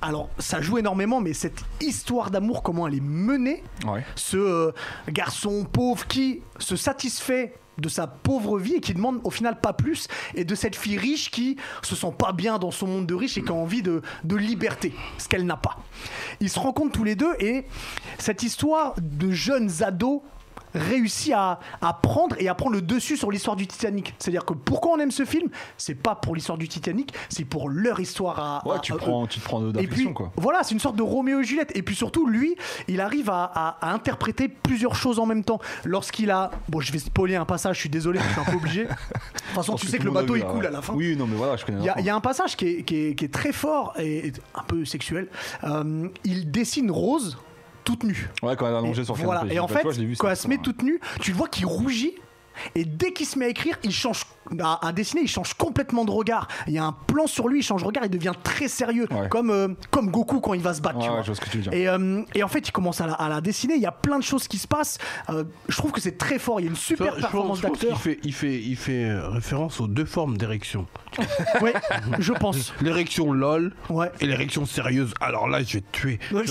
S1: alors ça joue énormément, mais cette histoire d'amour comment elle est menée,
S2: Ouais.
S1: ce euh, garçon pauvre qui se satisfait de sa pauvre vie et qui demande au final pas plus, et de cette fille riche qui se sent pas bien dans son monde de riche et qui a envie de, de liberté, ce qu'elle n'a pas. Ils se rencontrent tous les deux et cette histoire de jeunes ados réussit à, à prendre et à prendre le dessus sur l'histoire du Titanic. C'est-à-dire que pourquoi on aime ce film, c'est pas pour l'histoire du Titanic, c'est pour leur histoire à...
S2: Ouais,
S1: à-
S2: tu
S1: à eux.
S2: prends, tu te prends
S1: Ah, euh, Et puis,
S2: d'affection quoi.
S1: voilà, c'est une sorte de Roméo et Juliette. Et puis surtout, lui, il arrive à, à- à interpréter plusieurs choses en même temps. Lorsqu'il a. Bon, je vais spoiler un passage, je suis désolé, je suis un peu
S2: (laughs)
S1: obligé. De toute façon,
S2: Parce
S1: tu sais que
S2: tout
S1: le
S2: monde a
S1: bateau,
S2: vu,
S1: il
S2: là,
S1: coule
S2: ouais.
S1: à la fin.
S2: Oui, non, mais voilà, je connais.
S1: Il y,
S2: la
S1: a-
S2: fin.
S1: il y a un passage qui est, qui est- qui est très fort et, et un peu sexuel. Euh, il dessine Rose toute nue.
S2: Ouais, quand elle est allongée
S1: Et
S2: sur le
S1: voilà.
S2: canapé,
S1: Et
S2: je-
S1: en
S2: bah,
S1: fait,
S2: toi, je l'ai vu,
S1: quand
S2: ça,
S1: elle se met
S2: ouais.
S1: toute nue, tu le vois qu'il rougit. Et dès qu'il se met à écrire, il change à, à dessiner, il change complètement de regard. Il y a un plan sur lui, il change de regard, il devient très sérieux,
S2: Ouais.
S1: comme, euh, comme Goku quand il va se battre.
S2: Ouais,
S1: tu
S2: ouais,
S1: vois.
S2: je vois ce que tu veux dire.
S1: Et, euh, et en fait, il commence à la, à la dessiner. Il y a plein de choses qui se passent. Euh, je trouve que c'est très fort. Il y a une super performance
S3: Il
S1: d'acteur.
S3: fait, il, fait, il fait euh, référence aux deux formes d'érection.
S1: Oui, je pense.
S3: L'érection lol
S1: Ouais.
S3: et l'érection sérieuse. Alors là, (laughs) je vais te tuer.
S1: Ouais.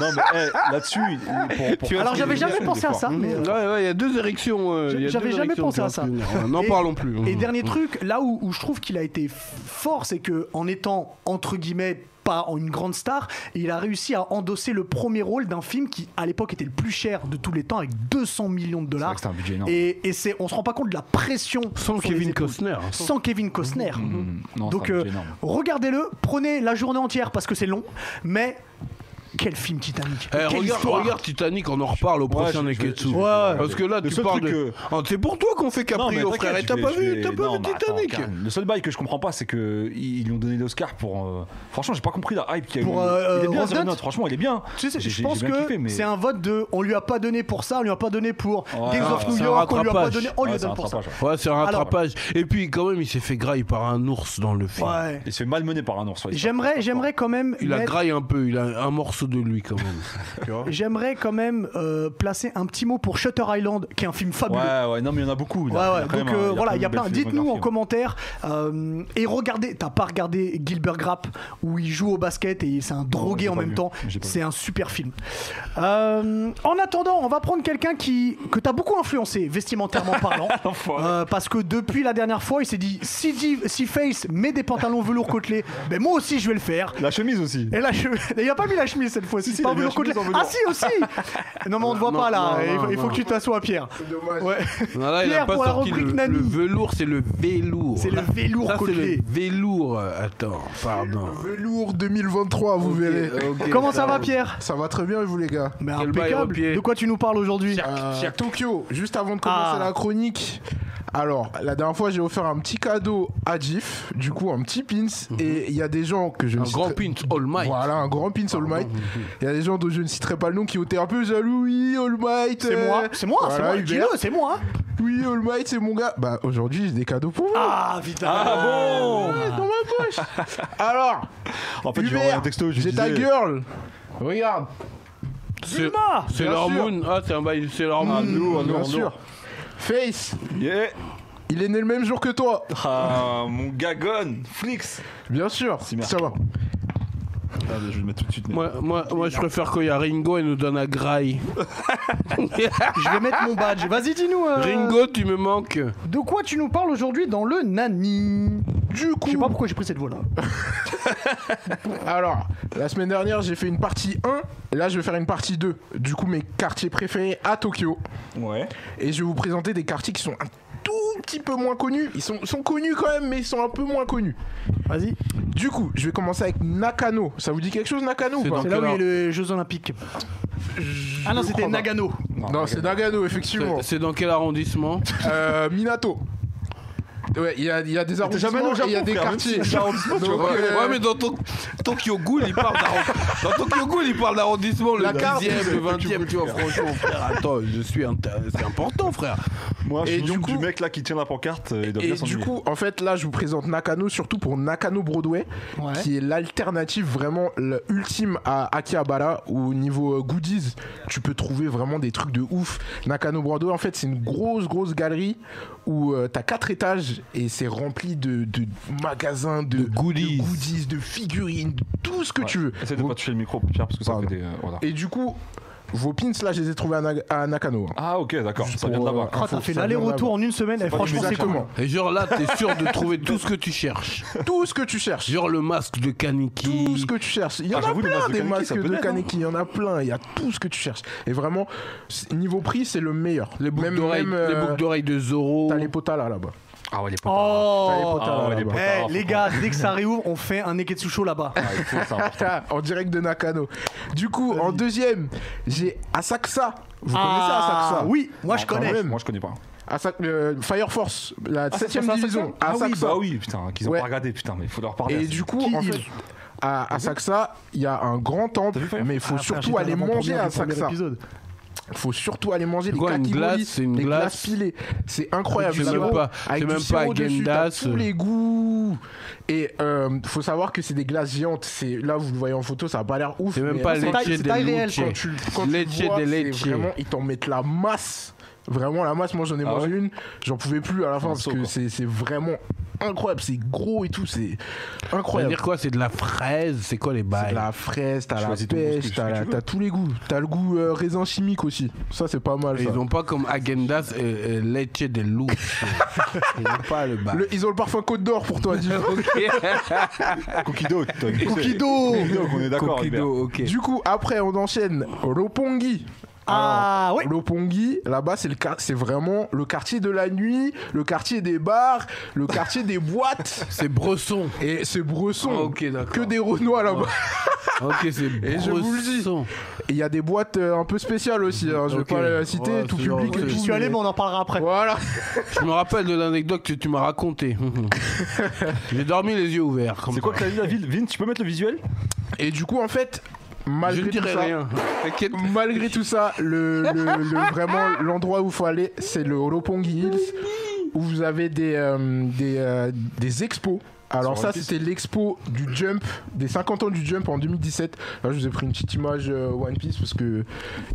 S2: Non, mais eh, là-dessus, il- pour- pour-
S1: Alors, j'avais
S2: il-
S1: jamais
S2: il-
S1: pensé à
S2: des
S1: ça.
S2: fois.
S1: mais,
S3: Ouais,
S1: euh,
S3: ouais, il y a deux érections. euh, il y a
S1: J'avais
S3: deux
S1: jamais
S3: érections
S1: pensé à
S3: qui
S1: ça.
S3: sont similaires. N'en
S1: Et-
S3: parlons plus.
S1: Et dernier truc, là où, où je trouve qu'il a été fort, c'est que en étant entre guillemets pas en une grande star, il a réussi à endosser le premier rôle d'un film qui à l'époque était le plus cher de tous les temps avec 200 millions de dollars.
S2: que c'était un budget énorme.
S1: Et, et c'est, on se rend pas compte de la pression
S3: Sans
S1: sur les
S3: Kevin
S1: épaules.
S3: Costner.
S1: Sans Kevin Costner.
S2: hein. Mm-hmm. Non,
S1: Donc
S2: c'est un
S1: euh,
S2: budget énorme.
S1: regardez-le, prenez la journée entière parce que c'est long, mais quel film Titanic.
S3: Eh,
S1: Quelle
S3: regarde,
S1: histoire.
S3: regarde Titanic, on en reparle au prochain
S2: je- je-
S3: Neketsu.
S2: je- je-
S3: Parce que là,
S2: Le
S3: tu
S2: seul
S3: parles
S2: truc
S3: de.
S2: que-
S3: Ah, c'est pour toi qu'on fait
S2: Non, mais
S3: Caprio,
S2: t'inquiète,
S3: frère. Et
S2: je
S3: t'as
S2: vais-
S3: pas
S2: je
S3: vu,
S2: vais-
S3: t'as pas
S2: non,
S3: vu
S2: mais attends,
S3: Titanic.
S2: Karine, Le seul bail que je comprends pas, c'est que ils ils lui ont donné l'Oscar pour. euh, Franchement, j'ai pas compris la hype qu'il y a
S1: Pour,
S2: eu.
S1: euh,
S2: il est bien,
S1: Rose
S2: Zero
S1: Nut
S2: Nut, franchement, il est bien.
S1: Tu sais,
S2: J'ai-
S1: je
S2: j'ai-
S1: pense
S2: j'ai bien
S1: que
S2: kiffé, mais-
S1: c'est un vote de on lui a pas donné pour ça, on lui a pas donné pour
S2: Ouais, Ah,
S1: Days of
S2: c'est
S1: New
S3: un
S1: York, on lui a pas
S3: rattrapage.
S1: donné, on oh, lui
S2: Ouais,
S1: a
S2: c'est un
S1: donné pour ça.
S2: rattrapage, ouais.
S3: Ouais, c'est un rattrapage. Et puis, quand même, il s'est fait graille par un ours dans le film.
S1: Ouais.
S2: Il se fait malmener par un ours. ouais.
S1: J'aimerais, j'aimerais quand même.
S3: Il a
S1: mettre-
S3: graille un peu, il a un morceau de lui quand même. tu vois
S1: J'aimerais quand même euh, placer un petit mot pour Shutter Island, qui est un film fabuleux.
S2: Ouais, ouais, non, mais il y en a beaucoup. il
S1: Ouais,
S2: a- il
S1: ouais,
S2: a quand
S1: donc
S2: même un-
S1: euh,
S2: a
S1: voilà, il y a
S2: de
S1: plein.
S2: belles
S1: Dites-nous en
S2: filmographies.
S1: commentaire. euh, et regardez, t'as pas regardé Gilbert Grape où il joue au basket et c'est un drogué
S2: j'ai
S1: en
S2: pas
S1: même
S2: vu,
S1: temps.
S2: j'ai pas
S1: C'est un super film. Euh, en attendant, on va prendre quelqu'un qui que t'as beaucoup influencé
S2: (laughs)
S1: vestimentairement parlant, Euh, parce que depuis la dernière fois, il s'est dit si Div- si Face met des pantalons velours côtelés, ben moi aussi je vais le faire.
S2: La
S1: (laughs)
S2: chemise aussi.
S1: Et là, je... il a pas mis la chemise cette fois-ci.
S2: Si,
S1: c'est
S2: si,
S1: pas
S2: il
S1: en
S2: a mis la
S1: velours côtelé.
S2: chemise en
S1: Ah
S2: velours.
S1: si
S2: (laughs)
S1: aussi. Non mais on te voit
S3: Non,
S1: pas là.
S3: non,
S1: il faut, il faut
S3: non.
S1: que tu t'assoies, Pierre.
S4: Dommage.
S1: Ouais.
S3: Non, là, il
S1: Pierre
S3: a pas
S1: pour la
S3: sorti le,
S1: rubrique Nani.
S3: le velours, c'est le velours.
S1: C'est le
S3: Là-
S1: velours
S3: là, c'est
S1: côtelé.
S3: le velours. euh, Attends, pardon.
S4: Velours 2023, vous
S2: euh,
S4: verrez.
S3: Ok,
S1: Comment ça va, Pierre
S4: Ça va très bien et vous les gars
S1: Mais
S3: Quel bail
S1: impeccable.
S3: au pied.
S1: De quoi tu nous parles aujourd'hui
S4: Euh, Tokyo, juste avant de commencer
S1: Ah.
S4: la chronique. Alors, la dernière fois, j'ai offert un petit cadeau à Jif, du coup, un petit pins.
S2: Mhm.
S4: Et il y a des gens que je
S3: Un
S4: ne
S3: grand
S4: citerai-
S3: pinch all might.
S4: Voilà, un grand pins All
S2: Mhm.
S4: Might. Il y a des gens dont je ne citerai pas le nom qui ont été un peu jaloux. Oui, All Might.
S1: C'est
S4: euh,
S1: moi, c'est moi,
S4: voilà,
S1: c'est moi.
S4: Hubert.
S1: Dis-le, c'est moi. hein.
S4: Oui, All Might, c'est mon gars. Bah, aujourd'hui, j'ai des cadeaux pour vous.
S1: Ah putain.
S4: Ouais, dans ma poche.
S2: (laughs)
S4: Alors,
S2: En fait, j'ai
S4: Hubert,
S2: envoyé un texto. je lui
S4: j'ai ta
S2: disais-
S4: gueule. Regarde.
S3: C'est
S1: Bulma
S3: c'est
S4: Bien
S3: l'hormone. Ah, c'est un bail, c'est
S2: Ah,
S3: l'hormone.
S2: nous, ah, nous,
S4: Bien
S2: ah, nous.
S4: sûr. Face,
S2: Yeah.
S4: il est né le même jour que toi.
S2: Ah, mon gagon, Flix.
S4: Bien sûr. Ça va.
S2: Attendez, je vais le mettre tout de suite. mais-
S3: Moi, moi, moi, je préfère quand il y a Ringo et nous donne un graille.
S1: Je vais mettre mon badge. Vas-y, dis-nous. euh,
S3: Ringo, tu me manques.
S1: De quoi tu nous parles aujourd'hui dans le Nani
S4: Du
S1: Je sais pas
S4: coup,
S1: pourquoi j'ai pris cette voix là.
S4: alors, la semaine dernière, j'ai fait une partie 1. Et là, je vais faire une partie 2. Du coup, mes quartiers préférés à Tokyo.
S2: Ouais.
S4: Et je vais vous présenter des quartiers qui sont un tout petit peu moins connus. Ils sont, sont connus quand même, mais ils sont un peu moins connus.
S1: Vas-y.
S4: Du coup, je vais commencer avec Nakano. Ça vous dit quelque chose, Nakano ou
S3: C'est
S4: pas
S1: C'est là où
S3: Donc,
S1: il y a
S3: alors-
S1: les Jeux Olympiques. Ah non, c'était
S4: crois pas.
S1: Nagano.
S4: Non, c'est Nagano, effectivement.
S3: C'est- C'est dans quel arrondissement
S4: Euh, Minato. Ouais, il y a, il y a des
S2: jamais allé
S4: arrondissements
S2: au
S4: et il y a
S2: Japon,
S4: des
S2: frère, même si
S4: quartiers.
S2: c'est un arrondissement, tu
S4: Donc,
S3: Ouais,
S4: euh,
S3: ouais, mais dans ton- (laughs) Tokyo Ghoul, il parle d'arrondissement. Dans Tokyo Ghoul, il parle d'arrondissement, le
S4: La carte,
S3: 10e, le
S4: Tokyo
S3: 20e. Tu vois, franchement, frère, attends, je suis. inter- C'est important, frère.
S2: Moi, je
S4: Et
S2: suis
S4: du
S2: donc du
S4: coup-
S2: mec là qui tient la pancarte. euh, Il doit
S4: Et
S2: bien
S4: du
S2: s'ennuyer.
S4: coup, en fait, là, je vous présente Nakano, surtout pour Nakano Broadway,
S1: Ouais.
S4: qui est l'alternative vraiment le- ultime à Akihabara. Au niveau euh, goodies, tu peux trouver vraiment des trucs de ouf. Nakano Broadway, en fait, c'est une grosse, grosse galerie où euh, t'as quatre étages et c'est rempli de, de magasins, de,
S3: goodies.
S4: de goodies, de figurines, de tout ce que tu veux.
S2: Essaye de
S4: Vos-
S2: pas toucher le micro, Pierre, parce que ça
S4: Pardon.
S2: fait des. euh, voilà.
S4: Et du coup, vos pins, là, je les ai trouvés à, Nag- à Nakano. hein.
S2: Ah, ok, d'accord.
S4: Juste
S2: Ça vient de
S4: pour,
S2: là-bas.
S4: euh,
S1: Oh,
S4: info,
S1: t'as fait
S4: ça vient de
S1: l'aller-retour en une semaine. Eh, franchement, c'est cool.
S4: Exactement.
S3: Et genre là, t'es sûr de trouver tout ce que tu cherches.
S4: Tout ce que tu cherches.
S3: Genre le masque de Kaneki.
S4: tout ce que tu cherches. Il y
S2: Ah,
S4: en a
S2: j'avoue, les
S4: plein
S2: masques de
S4: des
S2: Kaneki,
S4: masques
S2: ça peut hein.
S4: de
S2: l'être,
S4: Kaneki, il y en a plein, il y a tout ce que tu cherches. Et vraiment, c'est- niveau prix, c'est le meilleur.
S3: Les boucles
S4: Même-
S3: d'oreilles,
S4: même,
S3: les
S4: euh,
S3: boucles d'oreilles de Zoro.
S4: T'as les potas là, là-bas.
S2: Ah, ouais, les potes.
S1: Oh
S4: T'as
S2: Ah, ouais, les
S4: là-bas.
S2: potes.
S1: Eh, les gars, dès que ça réouvre, on fait un Neketsu show là-bas.
S4: Ah, (laughs) en direct de Nakano. Du coup, en deuxième, j'ai Asakusa. Vous
S1: Ah,
S4: connaissez Asakusa Ah,
S1: Oui, moi je
S4: quand
S1: connais.
S4: même.
S2: Moi, je connais pas.
S4: Asak- euh, Fire Force, la 7ème division.
S2: Ah, oui,
S4: Asakusa.
S2: bah oui, putain, qu'ils ont
S4: Ouais.
S2: pas regardé, putain, mais faut leur parler. à
S4: Et
S2: ces-
S4: du coup,
S1: Qui
S4: en
S1: il
S4: fait, à Asakusa, il y a un grand temple,
S2: vu, Fire
S4: mais il faut
S1: Ah, frère,
S4: surtout
S1: j'étais à
S4: aller
S1: l'avant-première
S4: manger
S1: du
S4: à
S1: premier
S4: Asakusa.
S1: épisode.
S4: faut surtout aller manger les
S3: Quoi, une
S4: kakiboli,
S3: glace, c'est une
S4: les
S3: glace
S4: glaces pilées. C'est incroyable.
S3: Tu sais
S4: là-bas.
S3: même pas-
S4: Avec
S3: tu sais
S4: du
S3: même pas
S4: sirop dessus, t'as
S3: Agendas.
S4: tous les goûts. Et euh, faut savoir que c'est des glaces géantes. C'est là vous le voyez en photo, ça a pas l'air ouf.
S3: C'est même
S4: mais
S3: pas
S4: là,
S1: c'est taille-
S3: leche
S1: c'est
S3: des
S1: taille réelle,
S3: leche.
S1: quoi.
S4: quand tu, quand
S3: Leche
S4: tu vois,
S3: de
S4: c'est
S3: leche.
S4: vraiment ils t'en mettent la masse. Vraiment la masse. Moi j'en ai
S2: Ah
S4: mangé
S2: ouais
S4: une, j'en pouvais plus à la fin parce
S2: saut,
S4: que
S2: quoi.
S4: c'est c'est vraiment incroyable. C'est gros et tout, c'est
S3: Ça veut
S4: incroyable.
S3: dire quoi C'est de la fraise C'est quoi les
S4: C'est de
S3: bails
S4: la fraise, t'as la
S2: Choisis ton goût, ce que-
S4: pêche,
S2: ce que
S4: t'as
S2: tu
S4: la-
S2: veux.
S4: t'as tous les goûts. T'as le goût euh, raisin chimique aussi. Ça, c'est pas mal.
S3: Ils
S4: ça.
S3: ont pas comme Agendas et, et leche de loup.
S4: (laughs)
S3: Ils ont pas le bail.
S4: Le- ils ont le parfum Côte d'Or pour toi,
S3: (laughs)
S4: dis
S2: (laughs) Coquido, t'as-
S1: Kokido.
S2: Coquido, on est d'accord, Hubert.
S3: Coquido, ok.
S4: Du coup, après, on enchaîne Lopongi.
S1: Ah,
S4: Alors,
S1: ouais.
S4: Lopongi, là-bas, c'est le quar- c'est vraiment le quartier de la nuit, le quartier des bars, le quartier des boîtes.
S3: (laughs) C'est Bresson.
S4: Et c'est Bresson.
S3: Ah, ok, d'accord.
S4: que des Renois là-bas.
S3: (laughs) Ok, c'est
S4: Et je vous le dis.
S3: Bresson.
S4: Et Il y a des boîtes euh, un peu spéciales aussi. hein, Je
S3: Ok.
S4: vais pas les citer,
S3: Ouais,
S4: tout
S3: c'est genre-
S4: public. et
S3: ouais,
S4: tout,
S1: J'y suis allé, mais on en parlera après.
S4: Voilà.
S3: Je me rappelle de l'anecdote que tu m'as
S4: (laughs)
S3: racontée. J'ai dormi les yeux ouverts. comme
S2: C'est quoi que
S3: ça.
S2: t'as dit la ville Vin, tu peux mettre le visuel
S4: Et du coup, en fait,
S3: Je
S4: malgré
S3: ne
S4: tout
S3: dirai
S4: ça,
S3: rien. T'inquiète.
S4: Malgré tout ça, le, le- le- vraiment l'endroit où faut aller, c'est le Roppongi Hills, où vous avez des, euh, des, euh, des expos Alors
S2: Sur
S4: ça,
S2: One Piece
S4: c'était l'expo du Jump, des 50 ans du Jump en 2017. Là, je vous ai pris une petite image euh, One Piece parce que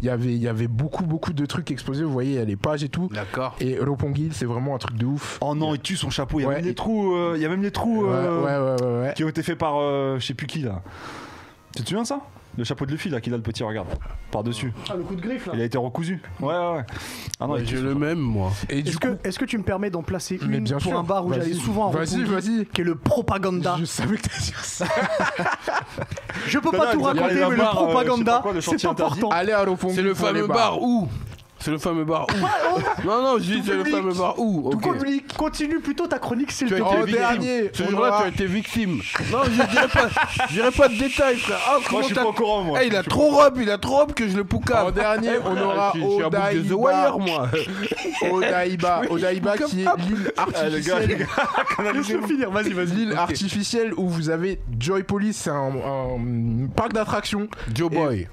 S4: il y avait- il y avait beaucoup, beaucoup de trucs exposés. Vous voyez, il y a les pages et tout.
S3: D'accord.
S4: Et Roppongi, c'est vraiment un truc de ouf.
S2: Oh non, il tue son chapeau. Il y a
S4: Ouais,
S2: même les
S4: et-
S2: trous, euh, il y a même les trous
S4: Ouais,
S2: euh,
S4: ouais, ouais, ouais, ouais.
S2: qui ont été faits par euh, je sais plus qui là. Tu te souviens de ça Le chapeau de Luffy là, qui a le petit regarde par dessus.
S1: Ah, le coup de griffe là.
S2: Il a été recousu. Ouais, ouais. ouais. Ah non,
S3: Ouais,
S2: il tue
S3: J'ai
S2: son
S3: le même, moi.
S4: Et
S1: Est-ce
S4: du
S1: que,
S4: coup,
S1: est-ce que tu me permets d'en placer
S4: Mais
S1: une
S4: bien
S1: pour
S4: sûr.
S1: un bar où
S4: Vas-y.
S1: j'allais souvent en
S4: Vas-y,
S1: Roppongi,
S4: vas-y.
S1: Qui est le
S2: Bah.
S1: propaganda.
S4: je savais que t'allais dire ça.
S1: Je peux pas
S2: Non, non,
S1: tout
S2: ils ont
S1: raconter,
S2: gardé un
S1: mais le
S2: bar, euh, je sais pas
S1: propaganda,
S2: quoi, le
S1: c'est
S2: chantier interdit.
S1: important.
S4: Allez à Roppongi.
S3: C'est le
S4: pour les
S3: fameux
S4: bars. Ah, oh.
S3: bar où C'est le fameux bar
S4: (laughs)
S3: où Non, non, je dis
S1: Tout
S3: c'est le
S1: public.
S3: fameux bar où
S2: Ah,
S1: Tout
S3: ok.
S1: continue, continue plutôt ta chronique, s'il
S3: Tu
S1: te
S3: as
S1: plaît.
S3: été
S4: Oh,
S3: victime.
S4: dernier,
S3: Ce
S4: on
S3: jour-là,
S4: aura-
S3: tu as été victime. Non, je dirais pas, je dirais pas de détails, frère. Ah, comment
S2: je suis
S3: t'as-
S2: pas au courant, moi.
S3: Eh, il
S2: Je
S3: a
S2: suis
S3: trop robe, il a trop robe que je le poucave.
S4: En dernier, on
S3: Ah,
S4: aura
S3: je suis- je suis un bouc de The
S4: Odaiba.
S3: Wire, moi.
S4: Odaiba, Odaiba qui est l'île
S2: Ah, le gars,
S4: artificielle.
S2: le gars, (laughs) qu'on a laissé-
S1: Laisse-le finir, vas-y, vas-y.
S4: L'île artificielle où vous avez Joy Police, c'est un, un parc d'attractions.
S3: Joe Boy.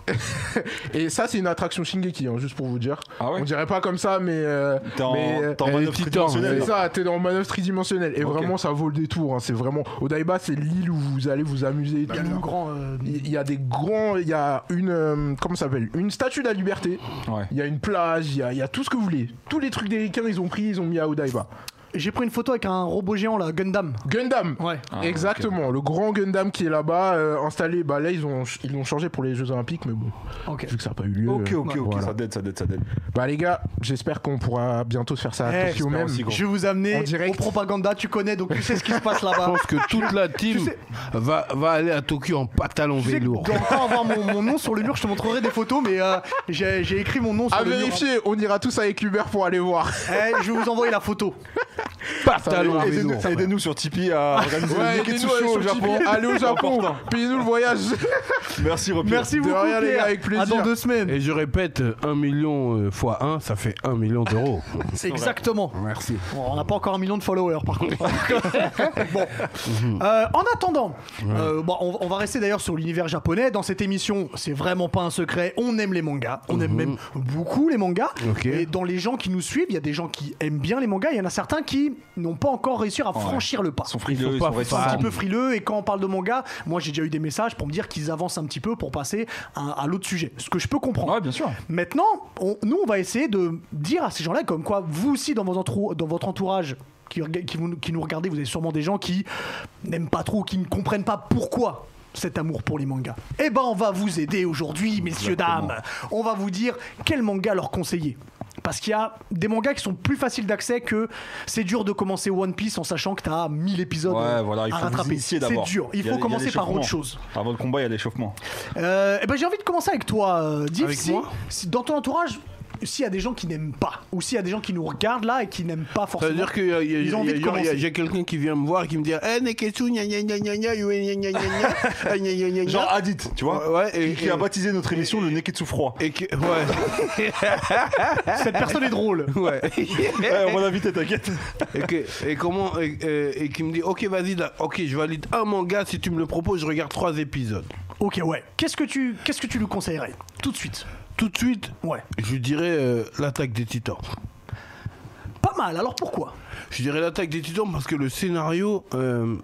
S4: Et ça, c'est une attraction Shingeki, hein, juste pour vous dire.
S2: Ah ouais
S4: On dirait pas comme ça, mais. euh,
S2: T'es en,
S4: mais, euh,
S2: t'es en
S4: elle est
S2: manœuvre
S4: petite,
S2: tridimensionnelle,
S4: hein,
S2: là.
S4: C'est ça, t'es dans manœuvre tridimensionnelle. Et vraiment, ça vaut le détour. hein, c'est vraiment. Odaiba, c'est l'île où vous allez vous amuser. et
S1: Il y a
S4: tout.
S1: le grand. euh,
S4: Il y a des grands. Il y a une. euh, comment ça s'appelle Une statue de la liberté.
S2: Ouais.
S4: Il y a une plage. Il y a, il y a tout ce que vous voulez. Tous les trucs des ricains, ils ont pris, ils ont mis à Odaiba.
S1: J'ai pris une photo avec un robot géant là, Gundam.
S4: Gundam
S1: Ouais.
S4: Exactement, le grand Gundam qui est là-bas, euh, installé. Bah là, ils ont ils l'ont changé pour les Jeux Olympiques, mais bon,
S1: Ok.
S4: vu que ça n'a pas eu lieu.
S2: Ok,
S4: euh,
S2: ok, ok,
S4: voilà.
S2: ça dead, ça dead, ça dead.
S4: Bah les gars, j'espère qu'on pourra bientôt se faire ça
S1: Eh,
S4: à Tokyo
S1: j'espère
S4: même.
S2: aussi, gros.
S1: Je vais vous amener
S4: En direct.
S1: au propaganda, tu connais, donc tu sais ce qui se passe
S3: Je
S4: (laughs)
S1: là-bas.
S3: pense que toute la team
S1: sais-
S3: va, va aller à Tokyo en pantalon
S1: Tu sais que
S3: velours.
S1: Dans pas avoir mon, mon nom sur le mur, je te montrerai des photos, mais euh, j'ai j'ai écrit mon nom sur
S4: À
S1: le mur.
S4: vérifier, on ira tous avec Hubert pour
S2: (laughs)
S4: aller voir.
S1: Eh, je vais vous envoyer la photo.
S3: Pantalon
S2: Aidez-nous
S3: velours.
S2: aidez-nous sur Tipeee à organiser le Niketsu
S4: aidez-nous à
S2: Show
S4: aller
S2: au
S4: sur
S2: Japon.
S4: Tipeee, allez au euh, Japon,
S2: Important.
S4: payez-nous le voyage.
S2: Merci, Ropi.
S1: Merci
S4: De
S1: beaucoup.
S4: rien, les
S1: Pierre.
S4: gars, avec plaisir.
S1: À dans deux semaines.
S3: Et je répète, 1 million euh, fois 1, ça fait 1 million (laughs) d'euros.
S1: Exactement.
S3: Merci.
S1: Bon, on n'a pas encore un million de followers par contre. bon. Euh, en attendant, euh, bon, on, on va rester d'ailleurs sur l'univers japonais. Dans cette émission, c'est vraiment pas un secret. On aime les mangas. On aime même beaucoup les mangas.
S3: Ok.
S1: Et dans les gens qui nous suivent, il y a des gens qui aiment bien les mangas. Il y en a certains qui n'ont pas encore réussi à franchir le pas.
S2: Ils sont frileux,
S3: Ils
S2: ils
S3: sont
S2: sont
S3: pas
S1: sont un
S2: réticents.
S1: petit peu frileux et quand on parle de manga, moi j'ai déjà eu des messages pour me dire qu'ils avancent un petit peu pour passer à, à l'autre sujet, ce que je peux comprendre.
S2: Ouais, bien sûr.
S1: Maintenant, on- nous on va essayer de dire à ces gens-là comme quoi vous aussi dans, vos entrou- dans votre entourage qui, rega- qui, vous- qui nous regardez, vous avez sûrement des gens qui n'aiment pas trop, qui ne comprennent pas pourquoi cet amour pour les mangas. Eh ben on va vous aider aujourd'hui, messieurs, dames. On va vous dire quel manga leur conseiller. Parce qu'il y a des mangas qui sont plus faciles d'accès que c'est dur de commencer One Piece en sachant que t'as 1000 épisodes
S2: Ouais,
S1: euh,
S2: voilà, il
S1: à
S2: faut vous
S1: rattraper.
S2: initier
S1: C'est
S2: d'abord.
S1: dur, il
S2: y a-
S1: faut
S2: y a
S1: commencer par
S2: l'échauffement.
S1: autre chose.
S2: Avant le combat, il y a l'échauffement.
S1: Euh, eh ben, j'ai envie de commencer avec toi, euh, Div.
S3: Avec
S1: si-
S3: moi
S1: si dans ton entourage, s'il y a des gens qui n'aiment pas, ou s'il y a des gens qui nous regardent là et qui n'aiment pas
S3: Ça
S1: forcément.
S3: veut dire qu'il y a, il y a-
S1: Ils ont
S3: il y
S1: envie
S3: a-
S1: de
S3: genre, il y a-
S1: commencer.
S3: j'ai quelqu'un qui vient me voir et qui me dit Eh, Neketsu, gna gna gna gna gna, ouais, gna gna gna gna, ah, gna gna gna gna.
S2: Genre Adit, tu vois
S3: Ouais, ouais, et-
S2: Qui a
S3: et-
S2: baptisé notre émission le Neketsu froid.
S1: (laughs)
S3: Et que- ouais, (laughs)
S1: Cette personne est drôle.
S3: ouais.
S2: Ouais, on va l'inviter, t'inquiète.
S3: et, que- et comment et, et- et qui me dit ok vas-y là, ok je valide un manga si tu me le proposes je regarde trois épisodes
S1: Ok, ouais. Qu'est-ce que tu, qu'est-ce que tu lui conseillerais tout de suite
S3: tout de suite
S1: Ouais.
S3: je lui dirais euh, l'attaque des titans
S1: Pas mal. Alors pourquoi
S3: Je dirais l'attaque des titans parce que le scénario, euh,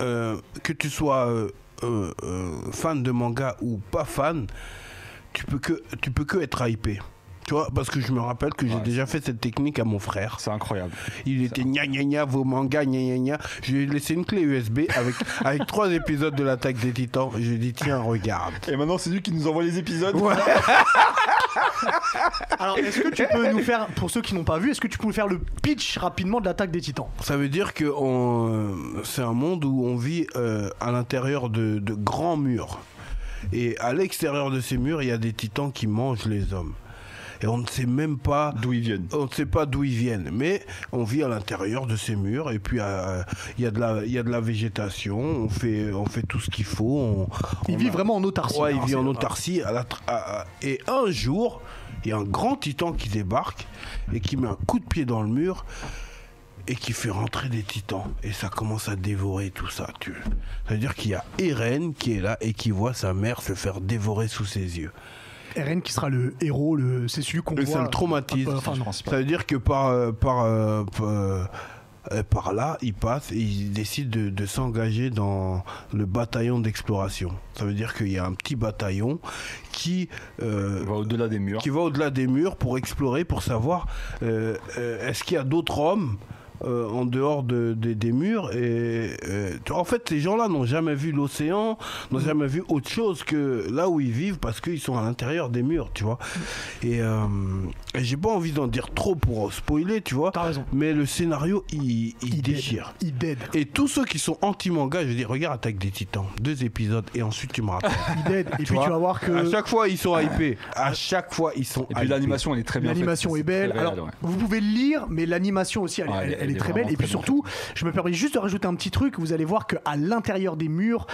S3: euh, que tu sois euh, euh, euh, fan de manga ou pas fan, tu peux que, tu peux que être hypé. Tu vois, parce que je me rappelle que j'ai déjà fait cette technique à mon frère.
S2: C'est incroyable.
S3: Il était gna gna gna, vos mangas gna gna gna. Je lui ai laissé une clé USB (laughs) avec, avec trois épisodes de l'attaque des titans. Je lui ai dit, tiens, regarde.
S2: Et maintenant, c'est lui qui nous envoie les épisodes.
S1: Alors, est-ce que tu peux nous faire, pour ceux qui n'ont pas vu, est-ce que tu peux nous faire le pitch rapidement de l'attaque des Titans
S3: Ça veut dire que on- c'est un monde où on vit euh, à l'intérieur de, de grands murs. Et à l'extérieur de ces murs, il y a des titans qui mangent les hommes. Et on ne sait même pas
S2: D'où ils viennent.
S3: on ne sait pas d'où ils viennent, mais on vit à l'intérieur de ces murs et puis euh, il y, a de la- il y a de la végétation, on fait, on fait tout ce qu'il faut. On,
S1: Il
S3: on
S1: vit
S3: a-
S1: vraiment en autarcie.
S3: Ouais, il
S1: Alors,
S3: vit
S1: Ah, c'est-
S3: en autarcie. à la tra- à- à- et un jour, il y a un grand titan qui débarque et qui met un coup de pied dans le mur et qui fait rentrer des titans. Et ça commence à dévorer tout ça. Tu... C'est-à-dire qu'il y a Eren qui est là et qui voit sa mère se faire dévorer sous ses yeux.
S1: Eren qui sera le héros, le c'est celui qu'on
S3: Et
S1: voit.
S3: ça le traumatise.
S1: Enfin, non.
S3: Ça veut dire que par, euh, par, euh, p- euh, euh, par là, ils passent et ils décident de, de s'engager dans le bataillon d'exploration. Ça veut dire qu'il y a un petit bataillon qui, euh,
S2: On va au-delà des murs.
S3: qui va au-delà des murs pour explorer, pour savoir euh, euh, est-ce qu'il y a d'autres hommes euh, en dehors de, de- des murs. Et, euh, tu- en fait, ces gens-là n'ont jamais vu l'océan, n'ont
S1: Mm.
S3: jamais vu autre chose que là où ils vivent parce qu'ils sont à l'intérieur des murs, tu vois.
S1: Mm.
S3: Et, euh, et j'ai pas envie d'en dire trop pour spoiler, tu vois.
S1: T'as raison.
S3: Mais le scénario, il, il
S1: Il
S3: déchire.
S1: Il dead.
S3: Et tous ceux qui sont anti-manga, je dis, regarde Attaque des Titans, deux épisodes, et ensuite tu me rappelles.
S1: Il dead. Et puis
S3: vois,
S1: tu vas voir
S3: À
S1: que Euh,
S3: chaque fois, ils sont hypés. À chaque fois, ils sont
S2: Et puis l'animation, elle est très bien. faite.
S1: l'animation
S2: C'est
S1: est belle.
S2: très réel,
S1: Alors,
S2: ouais.
S1: vous pouvez le lire, mais l'animation aussi, elle,
S2: Ouais,
S1: elle-
S2: elle-
S1: elle
S2: elle
S1: est
S2: est
S1: très
S2: vraiment
S1: belle. Et puis
S2: très bien
S1: surtout, je me permets juste de rajouter un petit truc. Vous allez voir qu'à l'intérieur des murs,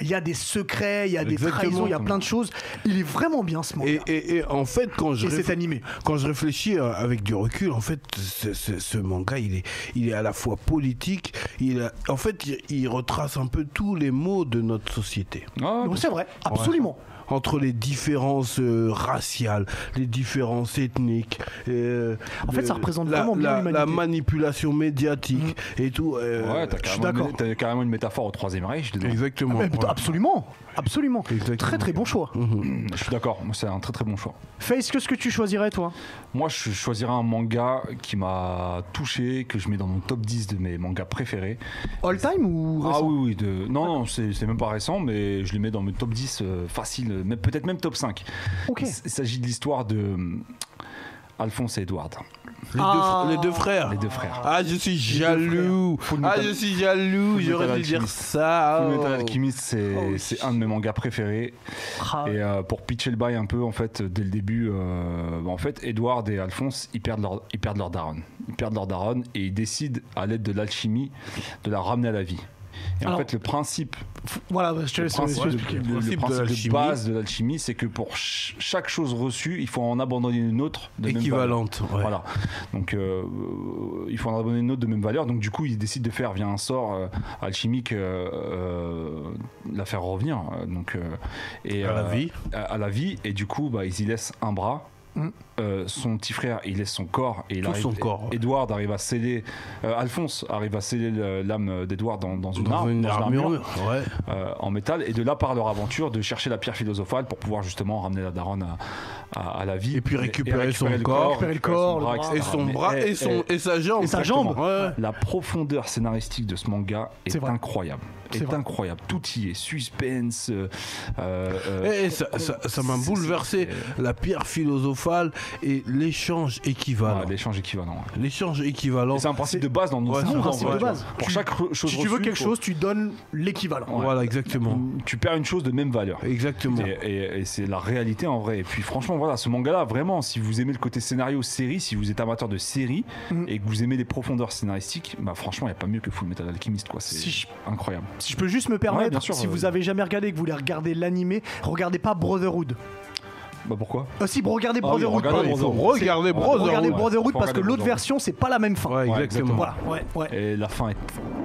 S1: il y a des secrets, il y a des
S3: Exactement.
S1: trahisons, il y a plein de choses. Il est vraiment bien ce manga.
S3: Et,
S1: Et,
S3: et- et en fait, quand je,
S1: c'est
S3: réfl-
S1: animé.
S3: quand je réfléchis euh, avec du recul, en fait, ce, ce- ce manga, il est, il est à la fois politique, il a- en fait, il, il retrace un peu tous les maux de notre société.
S2: Ah,
S1: Donc c'est vrai, absolument.
S3: Entre les différences euh, raciales, les différences ethniques. euh,
S1: En fait,
S3: le-
S1: ça représente
S3: la,
S1: vraiment bien
S3: la-
S1: l'humanité. Mm.
S3: la manipulation médiatique et tout. euh,
S2: Ouais, t'as
S1: je suis
S2: carrément,
S1: d'accord.
S2: une- t'as carrément une métaphore au Troisième Reich dedans.
S3: Exactement.
S1: Ah, Mais Absolument, absolument.
S3: Exactement.
S1: Très très bon choix.
S2: Je suis d'accord, moi, c'est un très très bon choix.
S1: Face, qu'est-ce que tu choisirais toi
S2: Moi, je choisirais un manga qui m'a touché, que je mets dans mon top 10 de mes mangas préférés.
S1: All time ou
S2: Ah
S1: récent
S2: oui, oui, de... non, non, c'est c'est même pas récent, mais je le mets dans mes top 10 euh, facile, euh, mais peut-être même top 5.
S1: Ok.
S2: Il s- il s'agit de l'histoire de euh, Alphonse et Edward,
S3: Les,
S1: Ah.
S3: deux, fr- les deux frères.
S2: les deux frères.
S3: Ah, je suis jaloux.
S2: Full
S3: Ah,
S2: Metal-
S3: je suis jaloux.
S2: Full
S3: J'aurais
S2: Metal
S3: dû dire
S2: Alchemist.
S3: ça.
S2: Full Metal
S3: oh.
S2: Alchemist, c'est
S1: Oh oui.
S2: c'est un de mes mangas préférés.
S1: Ah,
S2: Et euh, pour pitcher le bail un peu, en fait, dès le début, euh, bah, en fait, Edward et Alphonse, ils perdent leur, ils perdent leur daronne. Ils perdent leur daronne et ils décident, à l'aide de l'alchimie, de la ramener à la vie. Et
S1: Alors-
S2: en fait, le principe,
S1: Voilà, je te
S2: le
S1: laisse
S2: principe,
S1: je-
S2: le- le
S3: principe de
S2: principe de
S3: l'alchimie.
S2: base de l'alchimie, c'est que pour ch- chaque chose reçue, il faut en abandonner une autre de même valeur.
S3: Équivalente. (laughs) ouais.
S2: Voilà. Donc, euh, euh, il faut en abonner une autre de même valeur. Donc, du coup, ils décident de faire via un sort euh, alchimique euh, euh, la faire revenir. euh, Donc, euh, et,
S3: À la
S2: euh,
S3: vie.
S2: À, à la vie. Et du coup, bah, ils y laissent un bras.
S1: Mm.
S2: Euh, son petit frère, il laisse son corps et il
S3: Tout
S2: arrive-
S3: son corps, ouais.
S2: Edward arrive à sceller, euh, Alphonse arrive à sceller le- l'âme d'Edward dans, dans une,
S3: Dans
S2: arme-
S3: une
S2: dans une
S3: armure.
S2: armure,
S3: Ouais.
S2: euh, en métal. Et de là part leur aventure de chercher la pierre philosophale pour pouvoir justement ramener la daronne à, à- à la vie
S3: Et puis récupérer son
S2: le
S3: corps,
S1: récupérer le corps, le bras.
S2: etc.
S3: Et son
S2: Mais,
S3: bras
S2: eh,
S3: et, son,
S2: eh,
S3: et sa jambe.
S1: et sa
S3: Exactement.
S1: jambe.
S3: Ouais.
S2: la profondeur scénaristique de ce manga est,
S1: C'est vrai.
S2: incroyable.
S1: C'est
S2: Est,
S1: vrai.
S2: incroyable. Tout y est. Suspense. euh, euh, euh,
S3: Eh, eh, ça ça- ça m'a
S2: c'est- c'est-
S3: bouleversé. La pierre philosophale et l'échange équivalent.
S2: voilà, L'échange équivalent. ouais.
S3: L'échange
S2: Et
S3: équivalent.
S2: C'est un principe de base dans nos
S3: Ouais,
S2: dans
S3: c'est
S2: nos
S3: un principe
S2: envois,
S3: de
S2: tu vois.
S1: base.
S2: Pour
S1: Tu-
S2: chaque re- chose
S1: Si tu veux
S2: reçue,
S1: quelque
S2: faut-
S1: chose, tu donnes l'équivalent.
S3: Voilà, exactement.
S2: tu perds une chose de même valeur.
S3: Exactement.
S2: Et, et- et c'est la réalité en vrai. Et puis franchement, voilà, ce manga-là, vraiment, si vous aimez le côté scénario série, si vous êtes amateur de série
S1: Mm.
S2: et que vous aimez les profondeurs scénaristiques, bah franchement, il n'y a pas mieux que Full Metal Alchemist, quoi. C'est
S1: Si je-
S2: incroyable.
S1: Si je peux juste me
S2: Ouais,
S1: permettre,
S2: bien sûr,
S1: si
S2: euh,
S1: vous avez jamais regardé et que vous voulez regarder l'animé, regardez pas Brotherhood.
S2: Bah pourquoi
S1: Euh, si, regardez
S2: Ah oui,
S1: Brotherhood.
S2: regardez
S1: pardon.
S2: Brotherhood.
S3: Regardez
S2: C'est-
S3: Brotherhood.
S1: Oh, Regardez Brotherhood
S2: Faut
S1: parce que
S2: regarder
S1: l'autre
S2: Brotherhood.
S1: version, c'est pas la même fin.
S3: Ouais,
S2: Ouais,
S3: exactement.
S2: exactement. Eh,
S1: Voilà, ouais, ouais.
S2: Et la fin est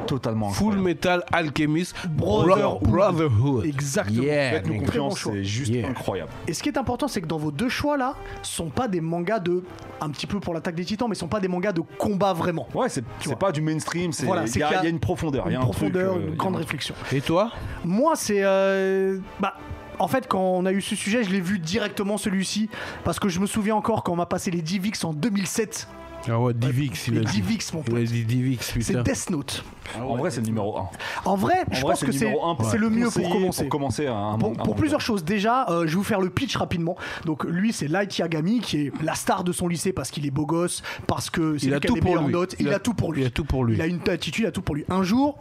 S2: totalement.
S3: Full
S2: incroyable.
S3: Metal Alchemist
S1: Brotherhood.
S3: Brotherhood.
S1: Exactement.
S3: Yeah,
S2: Faites-nous
S3: nigga.
S1: Très bon
S2: confiance,
S1: choix.
S2: c'est juste
S3: Yeah.
S2: incroyable.
S1: Et ce qui est important, c'est que dans vos deux choix là, sont pas des mangas de. Un petit peu pour l'attaque des titans, mais sont pas des mangas de combat vraiment.
S2: Ouais, c'est c'est
S1: vois.
S2: pas du mainstream, c'est il
S1: Voilà, c'est
S2: y, a-
S1: qu'il y a
S2: il y a une profondeur, il y a
S1: Une
S2: un truc,
S1: profondeur,
S2: euh, il y a
S1: une
S2: un
S1: grande
S2: truc.
S1: réflexion.
S3: Et toi
S1: Moi, c'est. euh, bah, en fait, quand on a eu ce sujet, je l'ai vu directement celui-ci. Parce que je me souviens encore quand on m'a passé les Divix en 2007.
S3: Ah ouais, Divix, il
S1: Les
S3: a dit.
S1: Divix, mon
S3: Il a
S1: pote.
S3: dit Divix,
S1: C'est
S3: putain. Ah
S1: Death Note.
S2: En vrai, c'est le numéro 1.
S1: En vrai, je
S2: en vrai,
S1: pense
S2: c'est
S1: que
S2: le
S1: c'est
S2: numéro 1
S1: c'est le mieux pour
S2: conseiller,
S1: commencer. hein,
S2: Pour commencer à un
S1: Pour,
S2: un
S1: pour
S2: manga.
S1: plusieurs choses, déjà, euh, je vais vous faire le pitch rapidement. Donc, lui, c'est Light Yagami, qui est la star de son lycée parce qu'il est beau gosse, parce que c'est
S3: Il
S1: lui
S3: a
S1: qui a
S3: tout
S1: des
S3: pour
S1: meilleures
S3: lui.
S1: notes. Il, a, tout pour lui.
S3: Il a tout pour lui.
S1: Il a une attitude, il a tout pour lui. Un jour,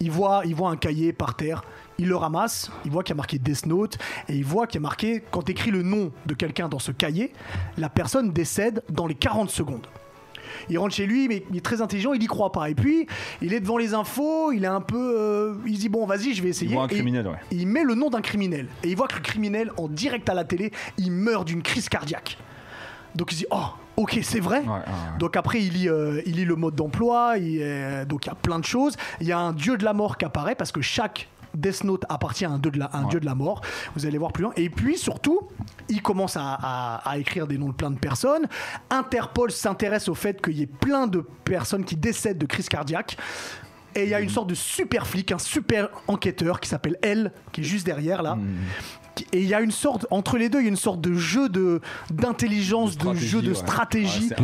S1: il voit, il voit un cahier par terre, il le ramasse, il voit qu'il y a marqué Death Note, et il voit qu'il y a marqué, quand t'écris le nom de quelqu'un dans ce cahier, la personne décède dans les 40 secondes. Il rentre chez lui, mais il est très intelligent, il y croit pas. Et puis, il est devant les infos, il est un peu. euh, il se dit, bon, vas-y, je vais essayer.
S2: voit un
S1: Et
S2: criminel, ouais.
S1: Il met le nom d'un criminel. Et il voit que le criminel, en direct à la télé, il meurt d'une crise cardiaque. Donc il se dit, oh, ok, c'est vrai.
S2: Ouais, ouais, ouais.
S1: Donc après, il lit, euh, il lit le mode d'emploi, il, euh, donc il y a plein de choses. Il y a un dieu de la mort qui apparaît parce que chaque Death Note appartient à un dieu de la, à un dieu de la mort. Vous allez voir plus loin. Et puis surtout, il commence à, à- à écrire des noms de plein de personnes. Interpol s'intéresse au fait qu'il y ait plein de personnes qui décèdent de crise cardiaque. Et il y a une sorte de super flic, un super enquêteur qui s'appelle Elle, qui est juste derrière là.
S2: Hmm.
S1: Qui- Et il y a une sorte, entre les deux, il y a une sorte de jeu de- d'intelligence, de,
S2: stratégie,
S1: jeu de
S2: ouais.
S1: stratégie.
S2: Ouais,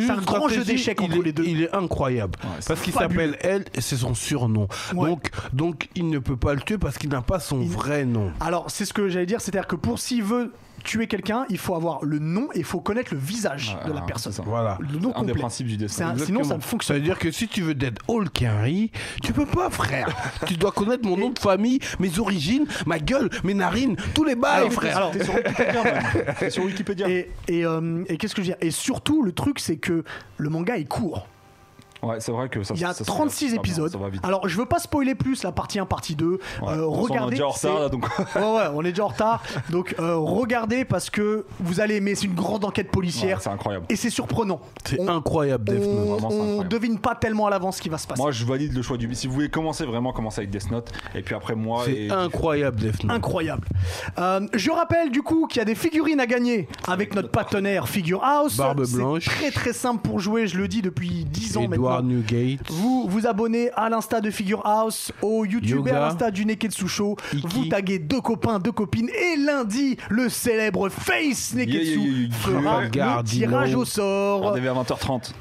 S2: incroyable.
S3: jeu- le jeu
S1: C'est un
S3: de
S1: grand
S3: stratégie,
S1: jeu d'échecs
S3: il
S1: entre
S3: est-
S1: les deux.
S3: Il est incroyable.
S2: c'est
S3: parce qu'il
S1: fabuleux.
S3: s'appelle Elle et c'est son surnom.
S1: Ouais.
S3: Donc, donc il ne peut pas le tuer parce qu'il n'a pas son vrai nom.
S1: Alors, c'est ce que j'allais dire, c'est-à-dire que pour s'il veut tuer quelqu'un, il faut avoir le nom et il faut connaître le visage
S2: Ouais,
S1: de la
S2: ouais,
S1: personne.
S2: c'est ça.
S3: Voilà.
S1: Le nom
S2: Un des
S1: complet.
S2: principes du dessin.
S1: C'est un-
S3: Exactement.
S1: Sinon, ça ne fonctionne
S3: Ça veut dire que si tu veux d'être All Carry, tu peux
S1: (laughs)
S3: pas, frère. tu dois connaître mon nom de famille, mes origines, ma gueule, mes narines, tous les bails,
S1: Alors,
S3: frère.
S1: alors,
S2: T'es sur (laughs) Wikipédia, même. T'es sur Wikipédia.
S1: Et, et, euh, et qu'est-ce que je veux dire Et surtout, le truc, c'est que le manga est court.
S2: Ouais, c'est vrai que ça
S1: Il y a
S2: ça se
S1: 36
S2: regarde pas bien,
S1: épisodes.
S2: Ça va vite.
S1: Alors, je veux pas spoiler plus la partie 1, partie 2.
S2: Ouais.
S1: Euh,
S2: On s'en est
S1: regardez.
S2: déjà en retard,
S1: c'est-
S2: là, donc.
S1: (laughs) ouais, ouais, on est déjà en retard. Donc, euh, regardez parce que vous allez aimer. C'est une grande enquête policière.
S2: Ouais, c'est incroyable.
S1: Et c'est surprenant.
S3: C'est
S1: On-
S3: incroyable, Death Note.
S1: On,
S2: Vraiment, c'est
S1: on
S2: incroyable.
S1: devine pas tellement à l'avance ce qui va se passer.
S2: Moi, je valide le choix du. Si vous voulez commencer vraiment, commencez avec Death Note. Et puis après, moi.
S3: C'est
S2: et-
S3: incroyable, Death Note.
S1: Incroyable. Euh, je rappelle du coup qu'il y a des figurines à gagner avec notre partenaire Figure House.
S3: Barbe
S1: C'est
S3: blanche.
S1: Très très simple pour jouer, je le dis depuis 10 ans
S3: Edward
S1: maintenant.
S3: Newgate.
S1: Vous vous abonnez à l'insta de Figure House, au YouTube et à
S3: Yoga.
S1: l'insta du Neketsu Show.
S3: Iki.
S1: Vous taguez deux copains, deux copines. Et lundi, le célèbre Face
S2: Yeah,
S1: Neketsu
S2: yeah, yeah, yeah.
S1: fera le
S3: Gardino.
S1: tirage au sort.
S2: Rendez-vous à 20h30.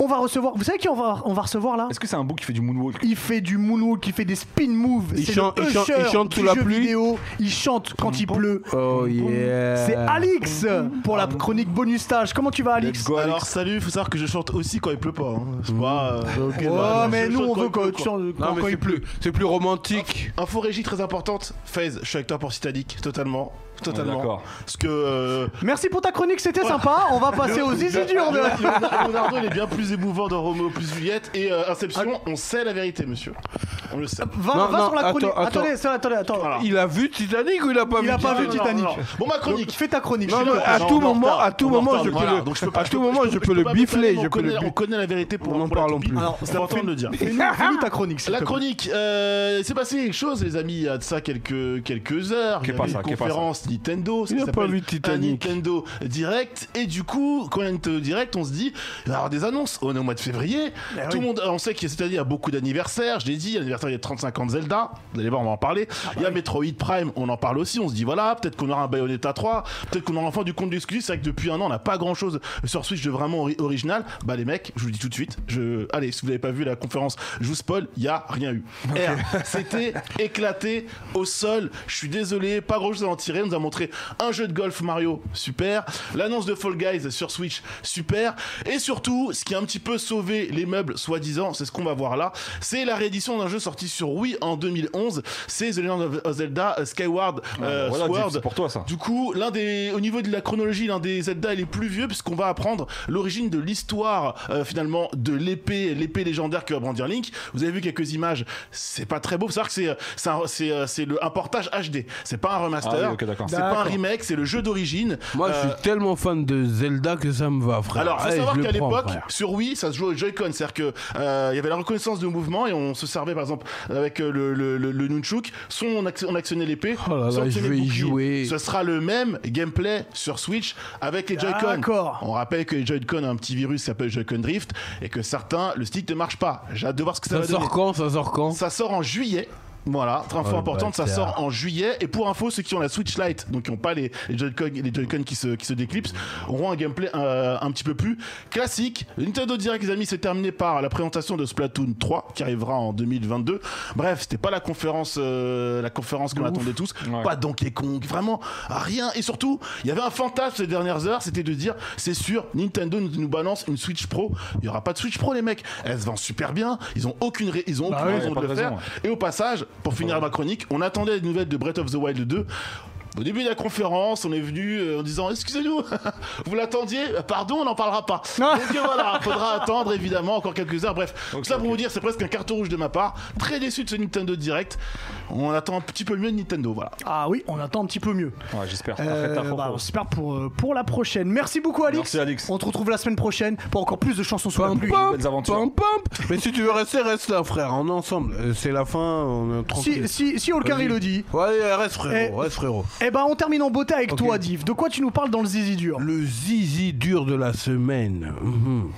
S1: On va recevoir. Vous savez qui on va, on va recevoir là
S2: Est-ce que c'est un bouc qui fait du moonwalk
S1: il fait du moonwalk, il fait des spin moves.
S3: Il
S1: C'est
S3: chante-
S1: le
S3: il chante-
S1: usher
S3: il chante sous
S1: du
S3: la
S1: jeu
S3: pluie.
S1: vidéo. Il chante quand il pleut.
S3: Oh yeah.
S1: C'est Alix pour la chronique bonus stage. Comment tu vas,
S2: Let's
S1: Alix
S2: go, Alex.
S5: Alors salut, faut savoir que je chante aussi quand il pleut pas. hein. C'est pas, euh,
S1: Oh,
S5: bah, je-
S1: mais
S5: je
S1: nous,
S5: chante
S1: on
S5: quand
S1: veut
S5: il pleut,
S1: que
S5: quoi.
S1: tu chantes
S3: Non,
S1: quand
S3: mais
S1: quand
S3: c'est
S1: il pleut.
S3: plus, c'est plus romantique.
S5: Info régie très importante. FaZe, je suis avec toi pour Citadic, totalement.
S2: On est
S5: Totalement.
S2: d'accord.
S5: Parce que. euh,
S1: Merci pour ta chronique, c'était sympa. On va
S3: (laughs)
S1: passer aux zizi durs de.
S5: Leonardo, il est bien plus émouvant dans Romeo plus Juliette. Et euh, Inception, on sait la vérité, monsieur. On le sait.
S1: Va,
S3: Non,
S1: va
S3: non,
S1: sur la chronique.
S3: attends, attends.
S1: Attendez, attends. attendez, attends.
S5: Voilà.
S3: Il a vu Titanic ou il a pas
S1: Il
S3: vu
S1: a pas
S5: Non,
S1: vu
S5: non,
S1: Titanic.
S5: non, non. Bon, ma chronique.
S1: Fais ta chronique.
S3: Non,
S1: je suis
S3: non,
S1: là.
S3: à
S5: Non,
S3: tout
S5: on est en
S3: moment,
S5: retard,
S3: à tout
S5: on est en
S3: moment,
S5: retard,
S3: je
S5: voilà.
S3: peux le-
S5: Donc je peux pas-
S3: à
S5: je
S3: tout
S5: peux-
S3: moment,
S5: je
S3: je
S5: peux
S3: peux le
S5: pas vous
S3: bifler,
S5: parler,
S3: je
S5: on
S3: peux le
S5: connaît-
S3: bif-
S5: On connaît la vérité pour
S3: On en
S5: pour la
S3: parle
S5: toupie.
S3: plus.
S1: Alors,
S5: C'est important de le dire.
S1: fais-nous fais-nous ta chronique. s'il
S5: La
S1: te plaît.
S5: chronique, euh, il s'est passé quelque chose, les amis, il y a de ça quelques, quelques heures.
S2: Qu'est
S5: il y
S2: pas
S5: avait
S2: ça,
S5: une
S2: qu'est pas ça.
S5: conférence Nintendo. ce
S3: Il
S5: qui
S3: a pas
S5: s'appelle
S3: vu Titanic.
S5: Un Nintendo Direct. Et du coup, quand il y a Nintendo Direct, on se dit, il va y avoir des annonces. On est au mois de février.
S1: Ben
S5: Tout
S1: oui.
S5: le monde, on sait que cette année, il y a beaucoup d'anniversaires. Je l'ai dit, il y a l'anniversaire des 35 ans de Zelda. Vous allez voir, on va en parler. il y a Metroid Prime, on en parle aussi. On se dit, voilà, peut-être qu'on aura un Bayonetta 3. Peut-être qu'on aura enfin du compte d'exclusif. C'est vrai que depuis un an, on n'a pas grand-chose sur Switch de vraiment ori- original. Bah, les mecs, je vous le dis tout de suite. Je... Allez, si vous n'avez pas vu la conférence, je vous spoil, il n'y a rien eu. R, c'était éclaté au sol. Je suis désolé, pas grand chose à en tirer. On nous a montré un jeu de golf Mario, super. L'annonce de Fall Guys sur Switch, super. Et surtout, ce qui a un petit peu sauvé les meubles, soi-disant, c'est ce qu'on va voir là, c'est la réédition d'un jeu sorti sur Wii en 2011. C'est The Legend of Zelda euh, Skyward euh,
S2: Ah, bah Voilà, Jeff,
S5: Sword.
S2: c'est pour toi ça.
S5: Du coup, l'un des, au niveau de la chronologie, l'un des Zelda les plus vieux, puisqu'on va apprendre l'origine de l'histoire euh, finalement de l'épée, l'épée légendaire que va brandir Link. Vous avez vu quelques images, c'est pas très beau. Faut savoir que c'est, euh, c'est, un, c'est, euh, c'est le, un portage HD. C'est pas un remaster,
S2: Ah oui, ok, d'accord.
S5: c'est pas un remake, c'est le jeu d'origine.
S3: (laughs) Moi, je
S5: Euh,
S3: suis tellement fan de Zelda que ça me va, frère.
S5: alors, faut
S3: Allez,
S5: savoir
S3: je le
S5: qu'à
S3: prends,
S5: l'époque,
S3: frère.
S5: sur Wii, ça se jouait au Joy-Con, c'est-à-dire que euh, il y avait la reconnaissance de mouvement et on se servait par exemple avec euh, le, le, le, le nunchuk, soit on, acti- on actionnait l'épée,
S3: Oh là là,
S5: soit on actionnait
S3: je vais
S5: le
S3: y
S5: bouclier.
S3: jouer.
S5: Ce sera le même gameplay sur Switch avec les Joy-Con.
S1: D'accord.
S5: On rappelle que les Joy-Con ont un petit virus qui s'appelle Joy-Con Drift et que certains, le stick ne marche pas. J'ai hâte de voir ce que ça,
S3: Ça
S5: va
S3: sort
S5: donner.
S3: quand Ça sort quand
S5: Ça sort en juillet. Voilà, très info
S3: Oh, le
S5: importante, ça
S3: bâtard.
S5: sort en juillet. Et pour info, ceux qui ont la Switch Lite, donc qui n'ont pas les, les Joy-Con, les Joy-Con qui se, qui se déclipsent, auront un gameplay euh, un petit peu plus classique. Le Nintendo Direct, les amis, s'est terminé par la présentation de Splatoon 3, qui arrivera en 2022. Bref, c'était pas la conférence, euh, la conférence qu'on attendait tous.
S2: Ouais.
S5: Pas Donkey Kong, vraiment rien. Et surtout, il y avait un fantasme ces dernières heures, c'était de dire, c'est sûr, Nintendo nous nous balance une Switch Pro. Il y aura pas de Switch Pro, les mecs. Elle se vend super bien. Ils ont aucune, ra- Ah ils ont
S2: Bah
S5: aucune
S2: ouais, y a
S5: raison
S2: pas
S5: de
S2: de
S5: le
S2: raison,
S5: faire.
S2: ouais.
S5: Et au passage, pour finir ma chronique, on attendait des nouvelles de Breath of the Wild 2. Au début de la conférence, on est venu euh, en disant Excusez-nous, (laughs) vous l'attendiez Pardon, on n'en
S2: (laughs)
S5: parlera pas. Donc euh, voilà, faudra attendre évidemment encore quelques heures. Bref, tout ça pour vous dire, c'est presque un carton rouge de ma part. Très déçu de ce Nintendo Direct. On attend un petit peu mieux de Nintendo. Voilà.
S1: Ah oui, on attend un petit peu mieux.
S2: Ouais,
S3: Ah,
S2: j'espère. Après, t'as
S1: Euh,
S2: fort
S1: bah,
S2: pour-
S1: on s'espère pour, euh, pour la prochaine. Merci beaucoup, Alix.
S2: Merci, Alix.
S1: On te retrouve la semaine prochaine pour encore plus de chansons sur la pluie.
S2: pam. nouvelles aventures.
S3: pam, pam. Mais si tu veux rester, reste là, frère. On est ensemble. Euh, C'est la fin, on est
S1: Si,
S3: tranquille.
S1: si, si Holkar,
S3: Vas-y.
S1: il le dit.
S3: Ouais, reste frérot, reste frérot.
S1: Eh ben, on termine en beauté avec
S3: Ok.
S1: toi, Div. De quoi tu nous parles dans le zizi dur
S3: Le zizi dur de la semaine. Mhm.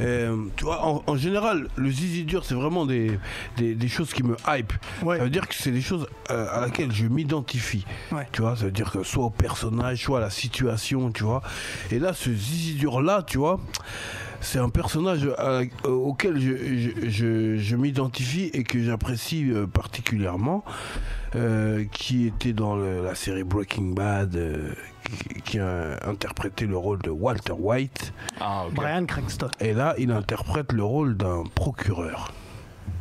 S3: Euh, tu vois, en, en général, le zizi dur, c'est vraiment des, des, des choses qui me hype.
S1: Ouais.
S3: Ça veut dire que c'est des choses euh, à laquelle je m'identifie.
S1: Ouais.
S3: Tu vois, ça veut dire que soit au personnage, soit à la situation, tu vois. Et là, ce zizi dur-là, tu vois, c'est un personnage à- euh, auquel je, je- je- je m'identifie et que j'apprécie euh, particulièrement, euh, qui était dans le- la série Breaking Bad, euh, qui, qui a interprété le rôle de Walter White.
S2: Ah, ok.
S1: Brian Cranston.
S3: Et là, il interprète le rôle d'un procureur.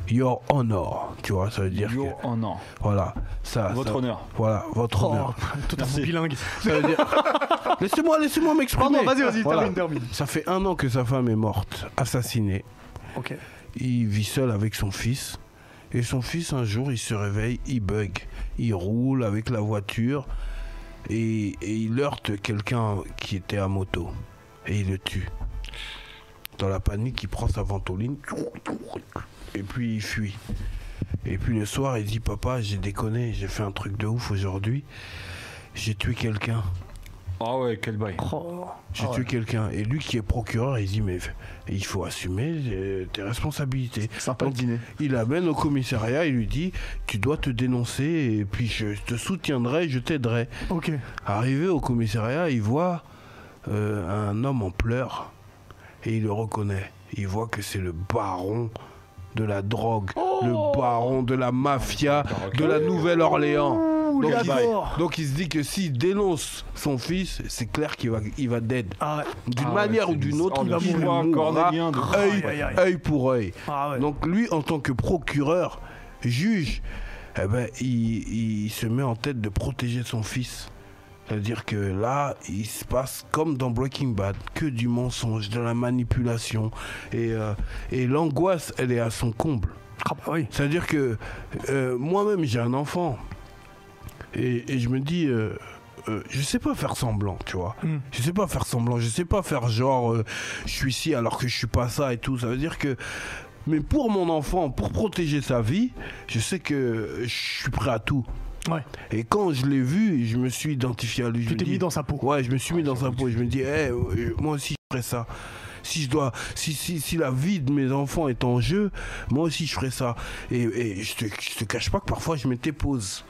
S3: Your Honor, tu vois, ça veut dire
S2: Yo,
S3: que
S2: oh non.
S3: voilà, ça,
S2: Votre
S3: ça-
S2: honneur.
S3: voilà, votre
S1: Oh,
S3: honneur.
S1: (laughs) totalement bilingue.
S3: Ça veut dire- (laughs) laissez-moi, laissez-moi m'exprimer.
S1: Pardon, vas-y, vas-y,
S3: Voilà.
S1: termine, termine.
S3: Ça fait un an que sa femme est morte, assassinée.
S1: Ok.
S3: Il vit seul avec son fils. Et son fils, un jour, il se réveille, il bug. Il roule avec la voiture et, et il heurte quelqu'un qui était à moto. Et il le tue. Dans la panique, il prend sa ventoline et puis il fuit. Et puis le soir, il dit Papa, j'ai déconné, j'ai fait un truc de ouf aujourd'hui. J'ai tué quelqu'un.
S2: Ah ouais, quel bail.
S1: Oh.
S5: Ah
S3: J'ai tué quelqu'un. Et lui qui est procureur, il dit mais f- il faut assumer euh, tes responsabilités.
S5: Sympa le
S3: Donc,
S5: dîner.
S3: Il amène au commissariat, il lui dit tu dois te dénoncer et puis je te soutiendrai, je t'aiderai.
S1: Ok.
S3: Arrivé au commissariat, il voit euh, un homme en pleurs et il le reconnaît. Il voit que c'est le baron de la drogue,
S5: Oh
S3: le baron de la mafia de la Nouvelle-Orléans. Donc,
S1: le
S3: il-
S1: baron.
S3: donc il se dit que s'il dénonce son fils, c'est clair qu'il va, il va dead.
S1: Ah ouais.
S3: D'une
S2: Ah ouais,
S3: manière
S2: c'est
S3: ou d'une
S2: bizarre.
S3: autre,
S2: Oh,
S3: il
S2: le
S3: il
S2: choix
S3: mourra
S2: cornélien de-
S3: œil,
S1: Aïe, aïe, aïe.
S3: œil pour œil.
S1: Ah ouais.
S3: Donc lui, en tant que procureur, juge, eh ben, il, il se met en tête de protéger son fils. C'est-à-dire que là, il se passe comme dans Breaking Bad, que du mensonge, de la manipulation. Et, euh, et l'angoisse, elle est à son comble.
S1: Ah bah oui.
S3: C'est-à-dire que euh, moi-même, j'ai un enfant. Et, et je me dis, euh, euh, je sais pas faire semblant, tu vois.
S1: Mm.
S3: Je sais pas faire semblant, je sais pas faire genre, euh, je suis ici alors que je suis pas ça et tout. Ça veut dire que. Mais pour mon enfant, pour protéger sa vie, je sais que je suis prêt à tout.
S1: Ouais.
S3: Et quand je l'ai vu, je me suis identifié à lui. je
S1: Tu
S3: me
S1: t'es
S3: dis-
S1: mis dans sa peau. Ah,
S3: Ouais, je me suis mis dans sa peau. Je me dis, Eh, euh, moi aussi, je ferais ça. Si je dois, si, si, si la vie de mes enfants est en jeu, moi aussi, je ferais ça. Et, et je, te, je te cache pas que parfois, je m'étais pause.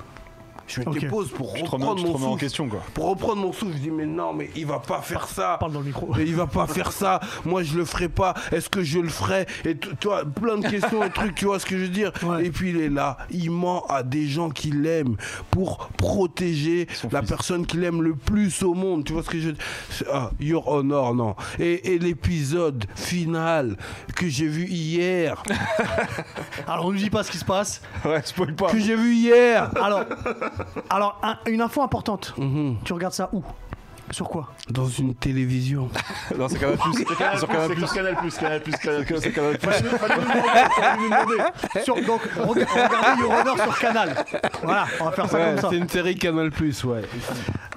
S3: Je m'étais
S1: Ok.
S3: pause pour
S2: Tu te remets,
S3: reprendre
S2: tu te
S3: mon
S2: remets en
S3: souffle.
S2: question, quoi.
S3: Pour reprendre mon souffle, je dis, mais non, mais il va pas faire ça.
S1: Parle dans le micro.
S3: Mais il va pas faire ça. Moi, je le ferai pas. Est-ce que je le ferai Et tu tu vois, plein de questions et trucs, tu vois ce que je veux dire
S1: Ouais.
S3: Et puis il est là. Il ment à des gens qu'il aime pour protéger la personne qu'il aime le plus au monde. Tu vois ce que je veux dire C'est- ah, Your Honor, non. Et, et l'épisode final que j'ai vu hier,
S1: Alors, on ne dit pas ce qui se passe.
S2: Ouais, spoil pas.
S3: que j'ai vu hier,
S1: Alors, alors un- une info importante. Tu regardes ça où Sur (laughs) quoi
S3: dans une télévision.
S2: Non, c'est
S5: (laughs)
S2: Canal Plus. Sur Canal Plus.
S5: Canal Plus, Canal Plus, Canal Plus.
S2: C'est Canal Plus.
S5: Fallait- fallait nous demander, fallait nous demander.
S1: Sur- Donc, rega- regardez Your Honor sur Canal. Voilà, on va faire ça
S3: Ouais,
S1: comme ça.
S3: c'est une série Canal Plus, ouais.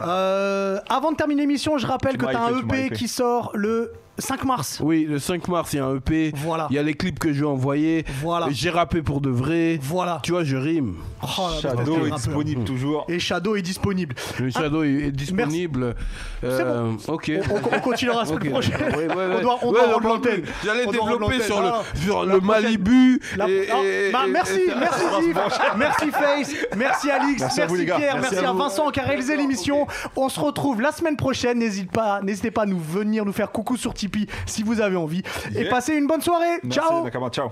S1: Euh, avant de terminer l'émission, je rappelle
S2: Tu
S1: que
S2: m'as
S1: t'as un
S2: hypé, tu m'as
S1: EP
S2: hypé.
S1: qui sort le 5 mars.
S3: Oui, le 5 mars, il y a un EP.
S1: Voilà.
S3: Il y a les clips que je vais envoyer.
S1: Voilà.
S3: J'ai rappé pour de vrai.
S1: Voilà.
S3: Tu vois, je rime.
S1: Oh là là,
S2: Shadow
S1: t'es
S2: est
S1: un
S2: disponible toujours.
S1: peu- Et Shadow est
S3: (laughs)
S1: disponible.
S3: Le Shadow est- est disponible. Euh, Ok.
S1: On, on continuera la
S3: Ok.
S1: semaine prochaine.
S3: Ouais, ouais, ouais.
S1: On doit, on
S3: Ouais,
S1: doit
S3: non,
S1: rendre
S3: non,
S1: l'antenne.
S3: J'allais
S1: On doit rendre
S3: développer
S1: l'antenne.
S3: sur le,
S1: Ah.
S3: sur le Malibu.
S1: La-
S3: et-
S1: Ah,
S3: et-
S1: bah,
S3: et-
S1: merci,
S3: et-
S1: merci Yves, merci Face, merci Alix, merci,
S2: à vous, les gars.
S1: Pierre, merci,
S2: Merci
S1: à, Vincent qui a réalisé l'émission. On se retrouve la semaine prochaine. N'hésite pas, n'hésitez pas à nous venir nous faire coucou sur Tipeee si vous avez envie. Et
S2: Yeah.
S1: passez une bonne soirée.
S2: Merci,
S1: Ciao.
S2: Nakama. Ciao.